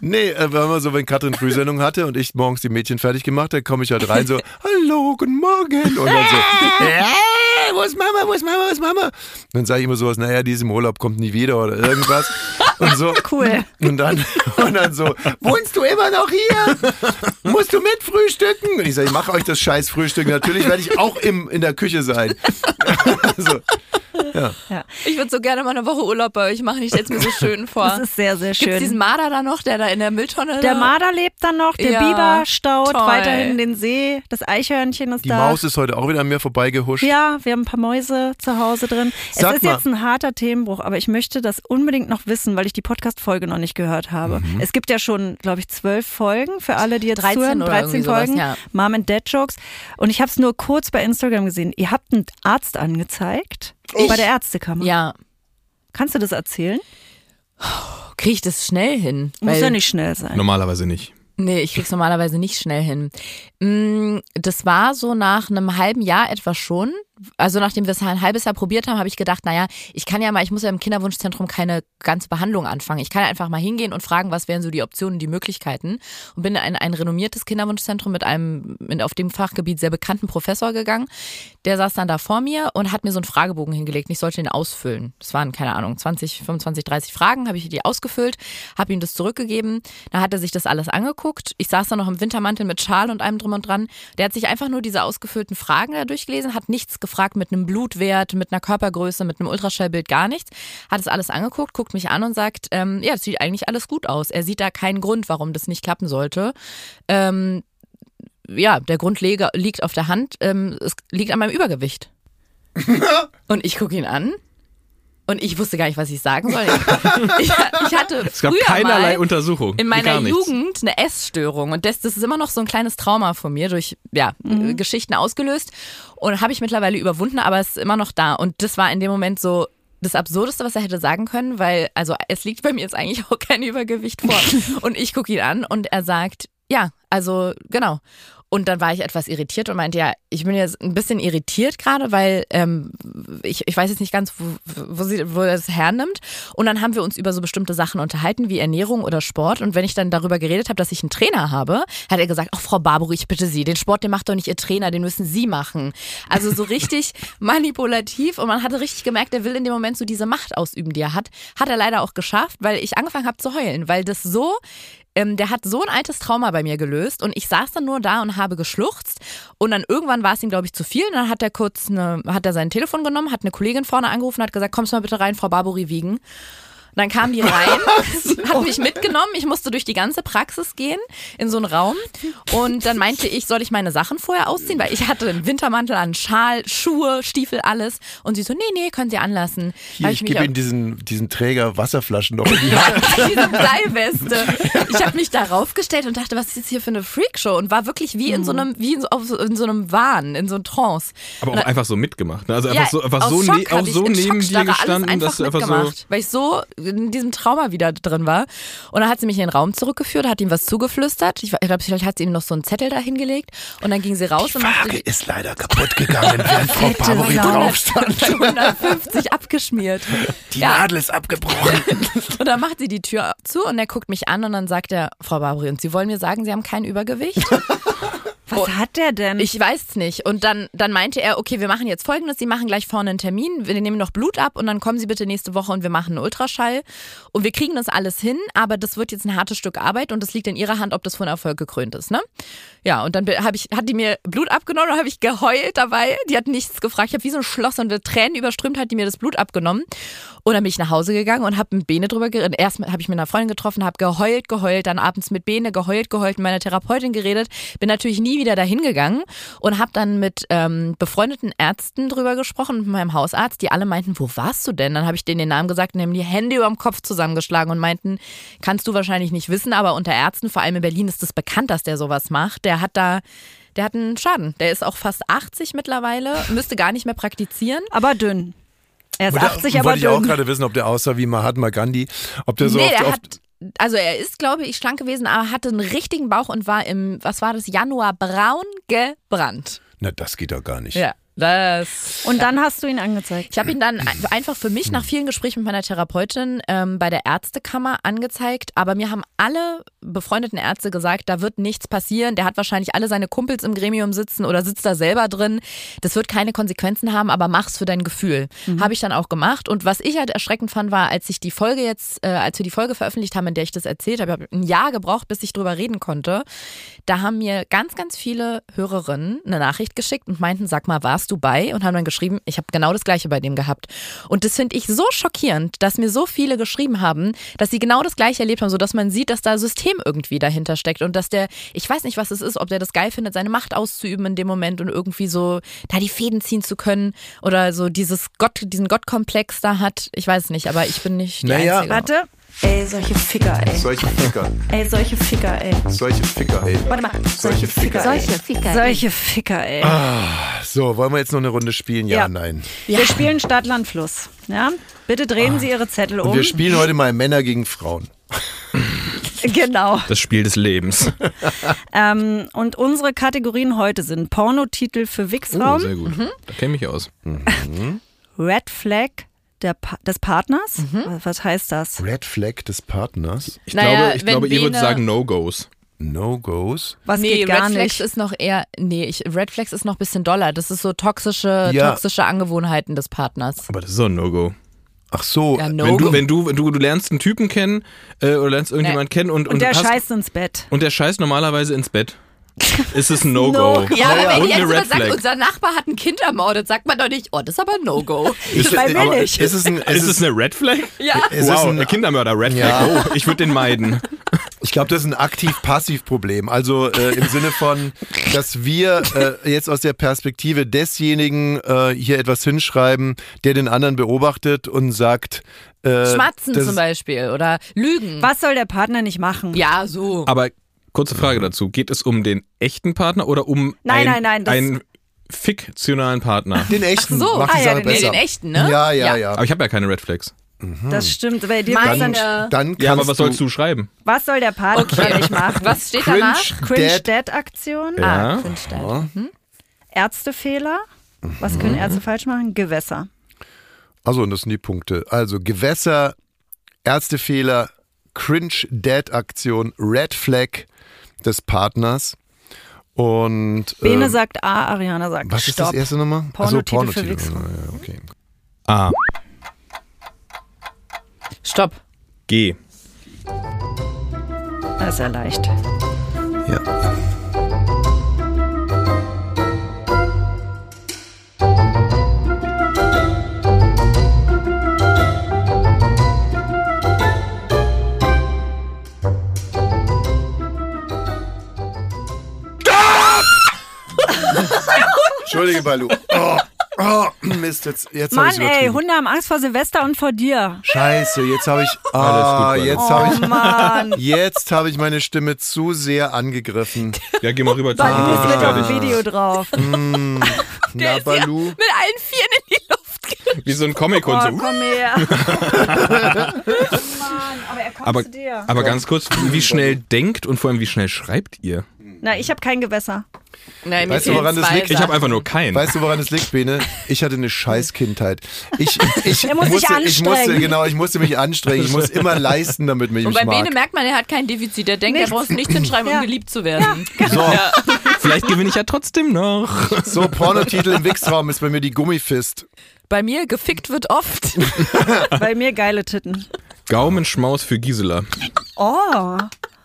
nee, äh, war immer so, wenn Katrin Frühsendung hatte und ich morgens die Mädchen fertig gemacht, dann komme ich halt rein so, hallo, guten Morgen und dann so, hey, wo ist Mama, wo ist Mama, wo ist Mama? Dann sage ich immer sowas, naja, die ist im Urlaub, kommt nie wieder oder irgendwas und so. Mhm. Cool. Und dann, und dann so, wohnst du immer noch hier? Musst du mit frühstücken? Und ich sage, ich mache euch das scheiß Frühstück, natürlich werde ich auch im, in der Küche sein. so. Ja. Ja. Ich würde so gerne mal eine Woche Urlaub bei euch machen. Ich stelle es mir so schön vor. Das ist sehr, sehr schön. Gibt's diesen Marder da noch, der da in der Mülltonne Der da- Marder lebt dann noch, der Ja, Biber staut toll. weiterhin den See, das Eichhörnchen ist Die da. Maus ist heute auch wieder an mir vorbeigehuscht. ja, wir haben ein paar Mäuse zu Hause drin. Sag es ist mal. jetzt ein harter Themenbruch, aber ich möchte das unbedingt noch wissen, weil ich die Podcast-Folge noch nicht gehört habe. Mhm. Es gibt ja schon, glaube ich, zwölf Folgen für alle, die jetzt 13 zuhören. oder 13 irgendwie sowas, Folgen. ja. Mom and Dad Jokes. Und ich habe es nur kurz bei Instagram gesehen. Ihr habt einen Arzt angezeigt bei der Ärztekammer. Ja. Kannst du das erzählen? Kriege ich das schnell hin? Muss Weil- ja nicht schnell sein. Normalerweise nicht. Nee, ich krieg's normalerweise nicht schnell hin. Mm, Das war so nach einem halben Jahr etwa schon. Also nachdem wir es ein halbes Jahr probiert haben, habe ich gedacht, naja, ich kann ja mal, ich muss ja im Kinderwunschzentrum keine ganze Behandlung anfangen. Ich kann ja einfach mal hingehen und fragen, was wären so die Optionen, die Möglichkeiten. Und bin in ein, ein renommiertes Kinderwunschzentrum mit einem in, auf dem Fachgebiet sehr bekannten Professor gegangen. Der saß dann da vor mir und hat mir so einen Fragebogen hingelegt. und Ich sollte den ausfüllen. Das waren, keine Ahnung, 20, 25, 30 Fragen, habe ich die ausgefüllt, habe ihm das zurückgegeben. Dann hat er sich das alles angeguckt. Ich saß da noch im Wintermantel mit Schal und allem drum und dran. Der hat sich einfach nur diese ausgefüllten Fragen da durchgelesen, hat nichts gefragt mit einem Blutwert, mit einer Körpergröße, mit einem Ultraschallbild, gar nichts. Hat es alles angeguckt, guckt mich an und sagt, ähm, ja, das sieht eigentlich alles gut aus. Er sieht da keinen Grund, warum das nicht klappen sollte. Ähm, ja, der Grund lege- liegt auf der Hand, ähm, es liegt an meinem Übergewicht. und ich gucke ihn an und ich wusste gar nicht, was ich sagen soll. Ich, ich hatte Es gab früher keinerlei mal Untersuchung. in meiner Gar nichts. Jugend eine Essstörung und das, das ist immer noch so ein kleines Trauma von mir durch ja, äh, Geschichten ausgelöst und habe ich mittlerweile überwunden, aber es ist immer noch da und das war in dem Moment so das Absurdeste, was er hätte sagen können, weil also es liegt bei mir jetzt eigentlich auch kein Übergewicht vor und ich gucke ihn an und er sagt, ja, also genau. Und dann war ich etwas irritiert und meinte, ja, ich bin jetzt ein bisschen irritiert gerade, weil ähm, ich, ich weiß jetzt nicht ganz, wo, wo, sie, wo er es hernimmt. Und dann haben wir uns über so bestimmte Sachen unterhalten, wie Ernährung oder Sport. Und wenn ich dann darüber geredet habe, dass ich einen Trainer habe, hat er gesagt, ach Frau Barbour, ich bitte Sie, den Sport, den macht doch nicht Ihr Trainer, den müssen Sie machen. Also so richtig manipulativ. Und man hatte richtig gemerkt, er will in dem Moment so diese Macht ausüben, die er hat. Hat er leider auch geschafft, weil ich angefangen habe zu heulen, weil das so ähm, der hat so ein altes Trauma bei mir gelöst und ich saß dann nur da und habe geschluchzt und dann irgendwann war es ihm, glaube ich, zu viel und dann hat er kurz, eine, hat er sein Telefon genommen, hat eine Kollegin vorne angerufen und hat gesagt, kommst du mal bitte rein, Frau Barbori wiegen. Und dann kam die rein, hat mich mitgenommen. Ich musste durch die ganze Praxis gehen in so einen Raum. Und dann meinte ich, soll ich meine Sachen vorher ausziehen? Weil ich hatte einen Wintermantel an, Schal, Schuhe, Stiefel, alles. Und sie so, nee, nee, können Sie anlassen. Hier, Hab ich mich gebe auch- Ihnen diesen, diesen Träger Wasserflaschen noch in die Hand. diese Bleiweste. Ich habe mich darauf gestellt und dachte, was ist jetzt hier für eine Freakshow und war wirklich wie in so einem wie in so, auf so, in so einem Wahn, in so einem Trance. Mhm. Aber auch einfach so mitgemacht. ne? Also einfach Ja, so, einfach aus so, Schock ne hab auch ich so in neben Schockstarre dir alles gestanden, dass du einfach so. mitgemacht, weil ich so in diesem Trauma wieder drin war. Und dann hat sie mich in den Raum zurückgeführt, hat ihm was zugeflüstert. Ich glaube, vielleicht hat sie ihm noch so einen Zettel da hingelegt und dann ging sie raus und machte Frage ist leider kaputt gegangen, während Frau Barbary Sau. drauf stand. bei 150 abgeschmiert. Die Ja. Nadel ist abgebrochen. Und dann macht sie die Tür zu und er guckt mich an und dann sagt er, Frau Barbary, und Sie wollen mir sagen, Sie haben kein Übergewicht? Was hat der denn? Ich weiß nicht. Und dann, dann meinte er, okay, wir machen jetzt folgendes, Sie machen gleich vorne einen Termin, wir nehmen noch Blut ab und dann kommen Sie bitte nächste Woche und wir machen einen Ultraschall. Und wir kriegen das alles hin, aber das wird jetzt ein hartes Stück Arbeit und das liegt in Ihrer Hand, ob das von Erfolg gekrönt ist, ne? Ja, und dann be- hab ich, hat die mir Blut abgenommen und habe ich geheult dabei. Die hat nichts gefragt. Ich habe wie so ein Schloss und Tränen überströmt, hat die mir das Blut abgenommen. Und dann bin ich nach Hause gegangen und habe mit Bene drüber geredet. Erst habe ich mit einer Freundin getroffen, habe geheult, geheult, dann abends mit Bene geheult, geheult, mit meiner Therapeutin geredet. Bin natürlich nie wieder dahin gegangen und habe dann mit ähm, befreundeten Ärzten drüber gesprochen, mit meinem Hausarzt, die alle meinten, wo warst du denn? Dann habe ich denen den Namen gesagt und haben die Hände überm Kopf zusammengeschlagen und meinten, kannst du wahrscheinlich nicht wissen, aber unter Ärzten, vor allem in Berlin, ist es bekannt, dass der sowas macht. Der hat da, der hat einen Schaden. Der ist auch fast 80 mittlerweile, müsste gar nicht mehr praktizieren. aber dünn. Er ist Und da 80, aber wollte ich auch dünn. gerade wissen, ob der aussah wie Mahatma Gandhi. Ob der so nee, oft, er oft hat, also er ist, glaube ich, schlank gewesen, aber hatte einen richtigen Bauch und war im, was war das, Januar braun gebrannt. Na, das geht doch gar nicht. Ja, das. Und dann hast du ihn angezeigt. Ich habe ihn dann ein- einfach für mich nach vielen Gesprächen mit meiner Therapeutin ähm, bei der Ärztekammer angezeigt. Aber mir haben alle befreundeten Ärzte gesagt, da wird nichts passieren. Der hat wahrscheinlich alle seine Kumpels im Gremium sitzen oder sitzt da selber drin. Das wird keine Konsequenzen haben, aber mach's für dein Gefühl. Habe ich dann auch gemacht. Und was ich halt erschreckend fand, war, als ich die Folge jetzt, äh, als wir die Folge veröffentlicht haben, in der ich das erzählt habe, ich habe ein Jahr gebraucht, bis ich drüber reden konnte. Da haben mir ganz, ganz viele Hörerinnen eine Nachricht geschickt und meinten, sag mal, warst bist du bei? Und haben dann geschrieben, ich habe genau das gleiche bei dem gehabt. Und das finde ich so schockierend, dass mir so viele geschrieben haben, dass sie genau das gleiche erlebt haben, sodass man sieht, dass da System irgendwie dahinter steckt und dass der, ich weiß nicht, was es ist, ob der das geil findet, seine Macht auszuüben in dem Moment und irgendwie so da die Fäden ziehen zu können oder so dieses Gott, diesen Gottkomplex da hat. Ich weiß nicht, aber ich bin nicht die Naja. Einzige. Warte. Ey, solche Ficker, ey. Solche Ficker, Ey, solche Ficker, ey. solche Ficker, ey. Warte mal. Solche Ficker, Solche ey. Ficker. Solche Ficker, ey. So, wollen wir jetzt noch eine Runde spielen? Ja, Ja. nein. Wir spielen Stadt, Land, Fluss. Ja? Bitte drehen Sie Ihre Zettel Und um. wir spielen heute mal Männer gegen Frauen. genau. Das Spiel des Lebens. Ähm, und unsere Kategorien heute sind Pornotitel für Oh, Wichsraum, sehr gut. Mhm. Da kenne ich mich aus. Red Flag der pa des Partners. Mhm. Was heißt das? Red Flag des Partners. Ich Naja, glaube, ich wenn glaube ihr Bene- würdet sagen No-Gos. No-Gos. Was Nee, geht gar Red Flags nicht? ist noch eher, nee, ich, Red Flags ist noch ein bisschen doller. Das ist so toxische, Ja. toxische Angewohnheiten des Partners. Aber das ist doch ein No-Go. Ach so. Ja, Wenn, No-Go. du, wenn du, wenn du, du lernst einen Typen kennen äh, oder lernst irgendjemanden kennen und, Und der hast, scheißt ins Bett. und der scheißt normalerweise ins Bett, ist es ein No-Go. Ja, aber wenn und jetzt eine Red jemand sagt, Flag. unser Nachbar hat ein Kind ermordet, sagt man doch nicht, oh, das ist aber ein No-Go. Ist, bei mir aber nicht. Ist es ein, ist Ist es eine Red Flag? Ja. Es wow, ist ein- ein Kindermörder, Red Flag. Ja. Oh, ich würde den meiden. Ich glaube, das ist ein aktiv-passiv-Problem. Also äh, im Sinne von, dass wir äh, jetzt aus der Perspektive desjenigen äh, hier etwas hinschreiben, der den anderen beobachtet und sagt, äh, Schmatzen das- zum Beispiel oder Lügen. Was soll der Partner nicht machen? Ja, so. Aber kurze Frage dazu. Geht es um den echten Partner oder um Nein, ein- nein, nein, das- einen fiktionalen Partner? Den echten. so. Macht Ah, die ja, Sache den- nee, besser. den echten, ne? Ja, ja, ja. Aber ich habe ja keine Red Flags. Das stimmt. Bei dir Meine- Dann, ist dann- Äh, dann kannst Ja, aber was du, sollst du schreiben? was soll der Partner nicht machen? Was steht Cringe danach? Dead. Ah, Cringe-Dead-Aktion, Ja. Cringe-Dead. Mhm. Ärztefehler. Was können Ärzte falsch machen? Gewässer. Also, und das sind die Punkte. Also Gewässer, Ärztefehler, Cringe-Dead-Aktion, Red Flag des Partners. Und Bene ähm, sagt A, Ariana sagt was ist das Stopp. erste nochmal? Achso, Pornotitel für Pornotitel. Wichser. Ja, okay. A. Stopp. G. das ist ja leicht. Ja. Entschuldige, Balu. Oh, oh, Mist, jetzt, jetzt habe ich Mann, ey, übertrieben. Hunde haben Angst vor Silvester und vor dir. Scheiße, jetzt habe ich. Ah, Balu. jetzt habe Oh ich. Mann. Jetzt habe ich meine Stimme zu sehr angegriffen. Ja, geh mal rüber zu Balu ist mit auf ah. dem Video drauf. Na, Balu. Mit allen Vieren in die Luft. Wie so ein Comic und Oh, so. komm her. Mann, aber er kommt Aber, zu dir. aber ganz kurz, wie schnell denkt und vor allem wie schnell schreibt ihr? Na, ich habe kein Gewässer. Nein, mir Weißt du, fehlen woran das zwei liegt? Ich habe Sachen. einfach nur keinen. Weißt du, woran es liegt, Bene? Ich hatte eine scheiß Kindheit. Ich, ich, Er muss sich musste, ich musste, anstrengen. genau, ich musste mich anstrengen. Ich muss immer leisten, damit mich Und bei Bene mag. merkt man, er hat kein Defizit. Er denkt, er braucht nichts hinschreiben, Ja. um geliebt zu werden. So, Vielleicht gewinne ich ja trotzdem noch. so Pornotitel im Wichsraum ist bei mir die Gummifist. Bei mir gefickt wird oft. Bei mir geile Titten. Gaumenschmaus für Gisela. Oh,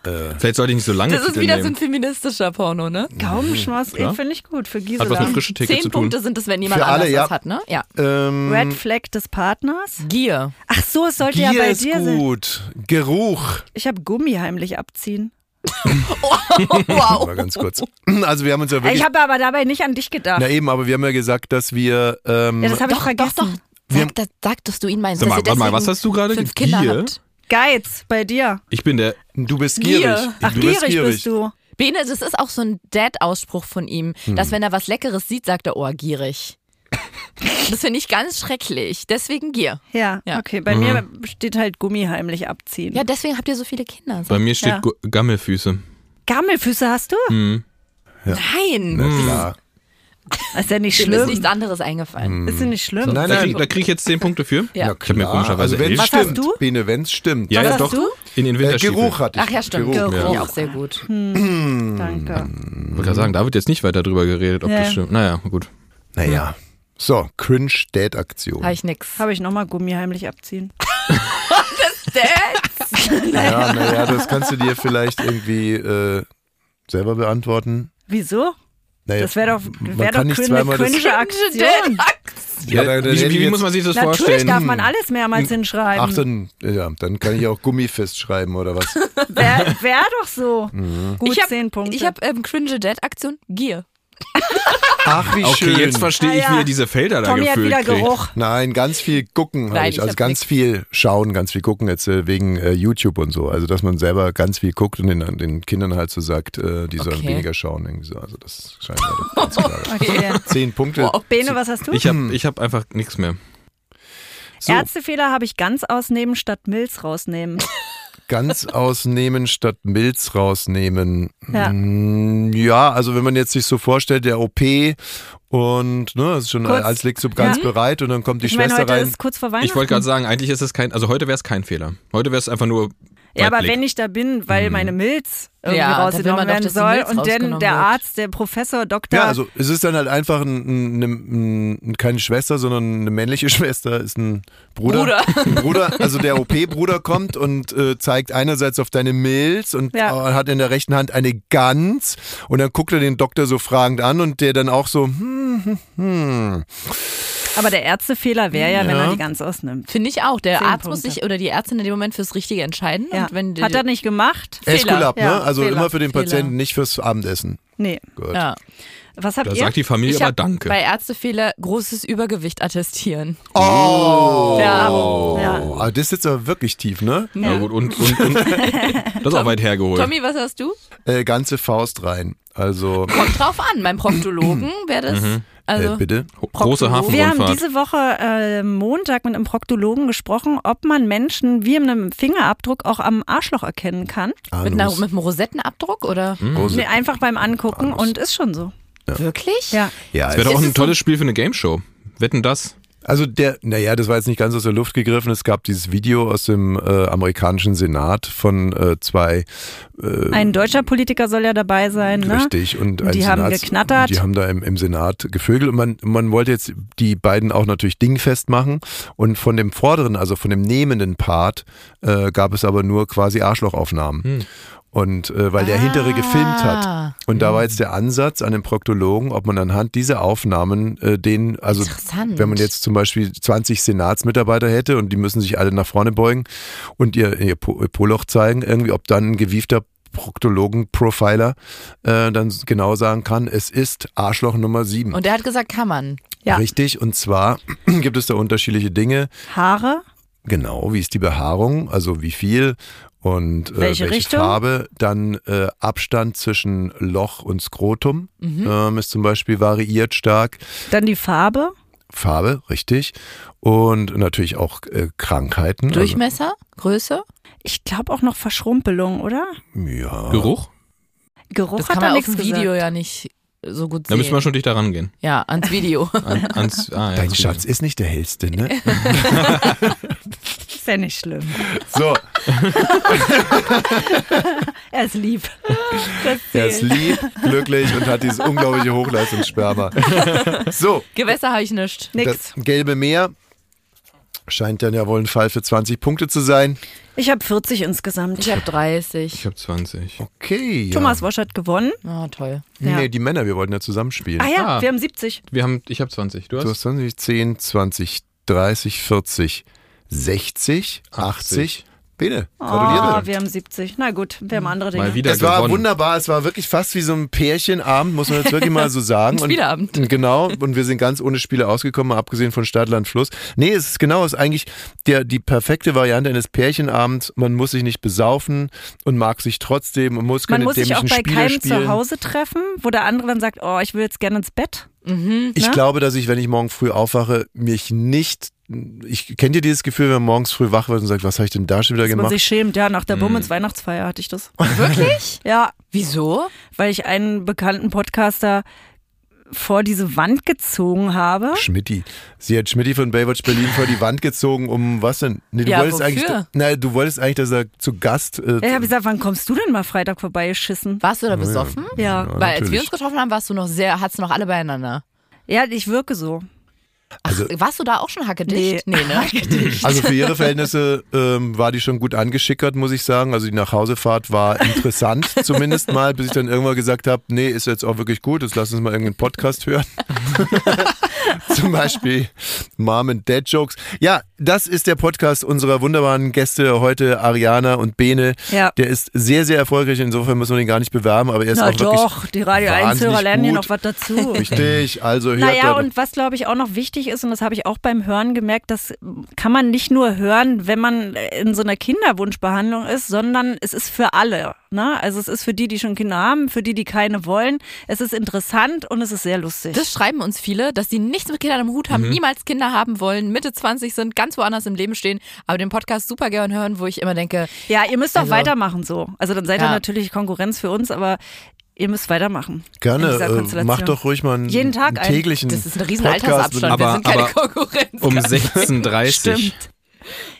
Vielleicht sollte ich nicht so lange Das ist Titel wieder so ein nehmen. feministischer Porno, ne? Gaumenschmaus, klar. den finde ich gut für Hat was Gisela. mit frische Theke zu Zehn tun. Punkte sind es, wenn jemand Für alle, anders ja. das hat, ne? Ja. Ähm, Red Flag des Partners. Gier. Ach so, es sollte ja Gier bei ist dir sein. gut. Geruch. Ich habe Gummi heimlich abziehen. Oh, Mal ganz kurz. Also wir haben uns ja wirklich. Ich habe aber dabei nicht an dich gedacht. na eben, aber wir haben ja gesagt, dass wir. Ähm, ja, das habe ich Doch, doch, vergessen. doch. Wir- Sag, das, sag, dass du ihn meinst. Sag mal, dass ihr warte mal, was deswegen hast du gerade? Fünf Kinder Gier? habt. Geiz bei dir. Ich bin der. du bist Gier. gierig. Ach, du gierig, bist gierig. bist du. Bene, das ist auch so ein Dad-Ausspruch von ihm, Hm. dass wenn er was Leckeres sieht, sagt er, oh, gierig. Das finde ich ganz schrecklich. Deswegen Gier. Ja, Ja. okay. Bei Mhm. mir steht halt Gummi heimlich abziehen. Ja, deswegen habt ihr so viele Kinder. Bei mir steht Ja. Gu- Gammelfüße. Gammelfüße hast du? Hm. Hm. Nein, Na klar. Ist ja nicht dem ist schlimm. nichts anderes Hm. eingefallen. Ist ja nicht schlimm. Nein, Da kriege nein. da krieg ich jetzt zehn Punkte für. Ja. Na Ich hab mir klar. komischerweise also wenn's elf. Was hast stimmt, du? Bene, wenn's stimmt. Ja, Was ja, hast doch. du? In den äh, Winterstiefel. Geruch hatte ich. Ach ja, stimmt. Geruch. Geruch, ja. sehr gut. Hm. Hm, Danke. Ich wollte gerade sagen, da wird jetzt nicht weiter drüber geredet, ob Ja. das stimmt. Naja, gut. Naja. So, Cringe-Dad-Aktion. Habe ich nix. Habe ich nochmal Gummi heimlich abziehen. Ja, naja, das kannst du dir vielleicht irgendwie äh, selber beantworten. Wieso? Naja, Das wäre doch, man wär doch kann nicht cringe, zweimal das- cringe Aktion. Ja, aber dann wie, hätte ich wie jetzt- muss man sich das Natürlich vorstellen? darf Hm. man alles mehrmals hinschreiben. Ach, dann, ja, dann kann ich auch Gummifest schreiben oder was. Wäre wär doch so. Mhm. Gut, ich hab, zehn Punkte. Ich habe ähm, cringe Dead Aktion Gier. Ach, wie Okay, jetzt verstehe ich, Ah, ja. wie ihr diese Felder da Tommy hat gefüllt wieder kriegt. Geruch. Nein, ganz viel gucken habe Nein, ich. ich Also hab ganz nix. viel schauen, ganz viel gucken jetzt äh, wegen äh, YouTube und so. Also dass man selber ganz viel guckt und den, den Kindern halt so sagt, äh, die sollen Okay. weniger schauen. Irgendwie so. Also das scheint mir doch ganz klar. Okay. Zehn Punkte. Oh, Bene, was hast du? Ich Hm. habe ich hab einfach nichts mehr. So, Ärztefehler habe ich ganz ausnehmen statt Milz rausnehmen. ganz ausnehmen statt Milz rausnehmen. Ja. Mm, ja, also wenn man jetzt sich so vorstellt, der OP und ne, das ist schon Kurz. als liegt so ganz Ja. bereit und dann kommt die Ich meine, Schwester heute rein. ist kurz vor Weihnachten. Ich wollte gerade sagen, eigentlich ist es kein, also heute wäre es kein Fehler. Heute wäre es einfach nur. Ja, aber Weitblick. wenn ich da bin, weil meine Milz irgendwie Ja, dann will rausgenommen man doch, werden dass die soll Milz und dann rausgenommen der wird. Arzt, der Professor, Doktor. Ja, also es ist dann halt einfach ein, ein, ein, ein, keine Schwester, sondern eine männliche Schwester, ist ein Bruder. Bruder. Ein Bruder also der OP-Bruder kommt und äh, zeigt einerseits auf deine Milz und Ja. äh, hat in der rechten Hand eine Gans und dann guckt er den Doktor so fragend an und der dann auch so, hm, hm, hm. aber der Ärztefehler wäre ja, wenn Ja. er die ganz ausnimmt. Finde ich auch. Der Zehn Arzt muss Punkte. sich oder die Ärztin in dem Moment fürs Richtige entscheiden. Ja. Und wenn die, Hat er nicht gemacht? Eskulap, Ja, ne? Also Fehler, immer für den Fehler. Patienten, nicht fürs Abendessen. Nee. Gut. ja. Was habt Da ihr? sagt die Familie Ich aber habe Danke. bei Ärztefehler großes Übergewicht attestieren. Oh, Ja. Ja. Ah, das ist jetzt aber wirklich tief, ne? Na gut, und, und, und das ist auch weit hergeholt. Tommy, was hast du? Äh, ganze Faust rein. Also, Kommt drauf an. Beim Proktologen Mhm. wäre das. Also, äh, bitte. Große Proktologen. Wir haben Hafenrundfahrt. diese Woche äh, Montag mit einem Proktologen gesprochen, ob man Menschen wie mit einem Fingerabdruck auch am Arschloch erkennen kann. mit, einer, Anus. mit einem Rosettenabdruck oder? Rose. Nee, einfach beim Angucken und ist schon so. Wirklich? Ja. Ja, Das wäre doch auch ein tolles Spiel für eine Game Show. Wetten das? Also der, naja, das war jetzt nicht ganz aus der Luft gegriffen. Es gab dieses Video aus dem äh, amerikanischen Senat von äh, zwei Ein deutscher Politiker soll ja dabei sein, ne? richtig und ein Die haben Senats- geknattert. Die haben da im, im Senat gevögelt und man, man wollte jetzt die beiden auch natürlich dingfest machen. Und von dem vorderen, also von dem nehmenden Part, äh, gab es aber nur quasi Arschlochaufnahmen. Und äh, weil der hintere gefilmt Ah. hat. Und da war jetzt der Ansatz an den Proktologen, ob man anhand dieser Aufnahmen äh, den, also Interessant. wenn man jetzt zum Beispiel 20 Senatsmitarbeiter hätte und die müssen sich alle nach vorne beugen und ihr, ihr Po- ihr Poloch zeigen, irgendwie, ob dann ein gewiefter Proktologen-Profiler äh, dann genau sagen kann, es ist Arschloch Nummer 7. Und er hat gesagt, kann man. Ja. Richtig, und zwar gibt es da unterschiedliche Dinge. Haare. Genau, wie ist die Behaarung, also wie viel und äh, Welche welche, Richtung? Farbe. Dann äh, Abstand zwischen Loch und Skrotum ähm, ist zum Beispiel variiert stark. Dann die Farbe. Farbe, richtig. Und natürlich auch äh, Krankheiten. Also Durchmesser, Größe. Ich glaube auch noch Verschrumpelung, oder? Also, ja. Geruch? Geruch Das hat kann da man auf nichts dem Video gesagt. ja nicht so gut Da sehen. müssen wir schon dich da rangehen. ja, ans Video. An, ans, ah, ja, Dein das- Schatz ist nicht der hellste, ne? Ist ja nicht schlimm. So, Er ist lieb. er ist lieb, glücklich und hat dieses unglaubliche Hochleistungssperma. So, Gewässer habe ich nicht. Nix. das gelbe Meer scheint dann ja wohl ein Fall für 20 Punkte zu sein. Ich habe 40 insgesamt. Ich habe 30. Ich habe Oh. 20. Okay. Ja. Thomas Wosch hat gewonnen. Oh, toll. Ja. Nee, die Männer, wir wollten ja zusammenspielen. Ah ja, Ah. wir haben 70. Wir haben, ich habe 20. Du hast? Du hast 20, 10, 20, 30, 40, 60, 80. 80. Bene, Ah, gratuliere. wir haben 70. Na gut, wir Hm. haben andere Dinge. mal wieder Es war gewonnen. wunderbar, es war wirklich fast wie so ein Pärchenabend, muss man jetzt wirklich mal so sagen. Ein Spieleabend. Und, genau, und wir sind ganz ohne Spiele ausgekommen, mal abgesehen von Stadt, Land, Fluss. Nee, es ist genau, es ist eigentlich der, die perfekte Variante eines Pärchenabends. Man muss sich nicht besaufen und mag sich trotzdem und muss Man keine muss sich auch dämlichen bei Spiele keinem spielen. zu Hause treffen, wo der andere dann sagt, oh, ich will jetzt gerne ins Bett. Ich Ne? glaube, dass ich, wenn ich morgen früh aufwache, mich nicht. Ich kennt ihr dieses Gefühl, wenn man morgens früh wach wird und sagt, was habe ich denn da schon wieder Dass man gemacht? Hm. sich schämt. Ja, nach der Bummens Weihnachtsfeier hatte ich das. Wirklich? Ja, Wieso? weil ich einen bekannten Podcaster vor diese Wand gezogen habe. Schmidti. Sie hat Schmidti von Baywatch Berlin vor die Wand gezogen, um was denn? Nee, du Ja, wolltest wofür? eigentlich. Nein, du wolltest eigentlich, dass er zu Gast. Äh, Ich habe gesagt, wann kommst du denn mal Freitag vorbei geschissen? Warst du da besoffen? Ja. Weil als wir natürlich. uns getroffen haben, warst du noch sehr, hattest du noch alle beieinander. Ja, ich wirke so. Ach, Also- warst du da auch schon hackedicht? Nee, ne? Hackedicht. Also für ihre Verhältnisse ähm, war die schon gut angeschickert, muss ich sagen. Also die Nachhausefahrt war interessant, zumindest mal, bis ich dann irgendwann gesagt habe, nee, ist jetzt auch wirklich gut, jetzt lass uns mal irgendeinen Podcast hören. Zum Beispiel Mom and Dad Jokes. Ja, das ist der Podcast unserer wunderbaren Gäste heute, Ariana und Bene. Ja. Der ist sehr, sehr erfolgreich, insofern müssen wir den gar nicht bewerben, aber er ist Na auch wirklich doch, die Radio 1-Hörer wahnsinnig lernen hier gut. noch was dazu. richtig. Also hört Naja, da- und was glaube ich auch noch wichtig ist, und das habe ich auch beim Hören gemerkt, das kann man nicht nur hören, wenn man in so einer Kinderwunschbehandlung ist, sondern es ist für alle. Ne? Also es ist für die, die schon Kinder haben, für die, die keine wollen. Es ist interessant und es ist sehr lustig. Das schreiben uns viele, dass sie nichts mit Kindern am Hut haben, niemals Kinder haben wollen, Mitte 20 sind, ganz woanders im Leben stehen, aber den Podcast super gern hören, wo ich immer denke, ja, ihr müsst auch Also- weitermachen so. Also dann seid ihr Ja. natürlich Konkurrenz für uns, aber ihr müsst weitermachen. in Gerne, dieser äh, Konstellation. mach doch ruhig mal einen, Jeden Tag einen ein. täglichen das ist ein riesen Hm. Podcast mit- Altersabstand, wir Aber- sind keine aber Konkurrenz. Um 16.30 Stimmt.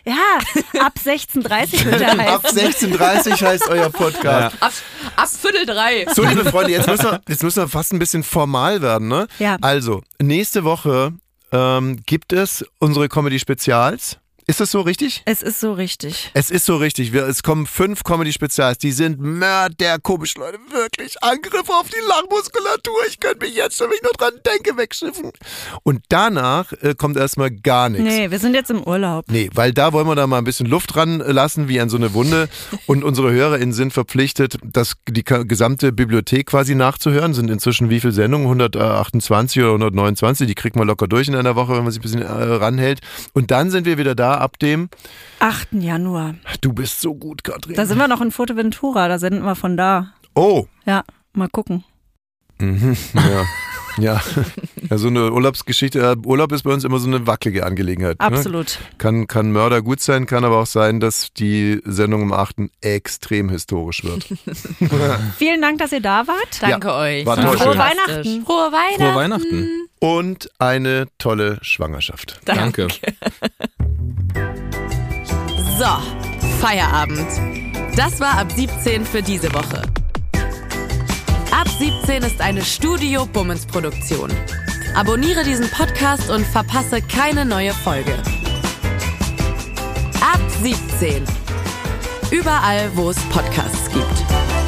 Ja, ab 16.30 wird er Ab heißen. 16.30 heißt euer Podcast. Ab, ab Viertel drei. So, liebe Freunde, jetzt müssen, wir, jetzt müssen wir fast ein bisschen formal werden, ne? Ja. Also, nächste Woche ähm, gibt es unsere Comedy-Spezials. Ist das so richtig? Es ist so richtig. Es ist so richtig. Wir, es kommen fünf Comedy-Spezials. Die sind mörderkomisch, Leute. Wirklich. Angriff auf die Lachmuskulatur. Ich könnte mich jetzt, wenn ich nur dran denke, wegschiffen. Und danach äh, kommt erstmal gar nichts. Nee, wir sind jetzt im Urlaub. Nee, weil da wollen wir da mal ein bisschen Luft dran äh, lassen, wie an so eine Wunde. Und unsere HörerInnen sind verpflichtet, das, die ka- gesamte Bibliothek quasi nachzuhören. Sind inzwischen wie viele Sendungen? 128 oder 129. Die kriegt man locker durch in einer Woche, wenn man sich ein bisschen äh, ranhält. Und dann sind wir wieder da ab dem. 8. Januar. Du bist so gut, Katrin. Da sind wir noch in Fuerteventura, da senden wir von da. oh. Ja, mal gucken. Mhm. Ja. ja. Ja, so eine Urlaubsgeschichte. äh, Urlaub ist bei uns immer so eine wackelige Angelegenheit. Ne? Absolut. Kann, kann Mörder gut sein, kann aber auch sein, dass die Sendung am 8. extrem historisch wird. Vielen Dank, dass ihr da wart. Danke euch. war toll. Frohe schön. Weihnachten. Frohe Weihnachten. Frohe Weihnachten. und eine tolle Schwangerschaft. Danke. So, Feierabend. Das war ab 17 für diese Woche. Ab 17 ist eine Studio Bummens Produktion. Abonniere diesen Podcast und verpasse keine neue Folge. Ab 17. Überall, wo es Podcasts gibt.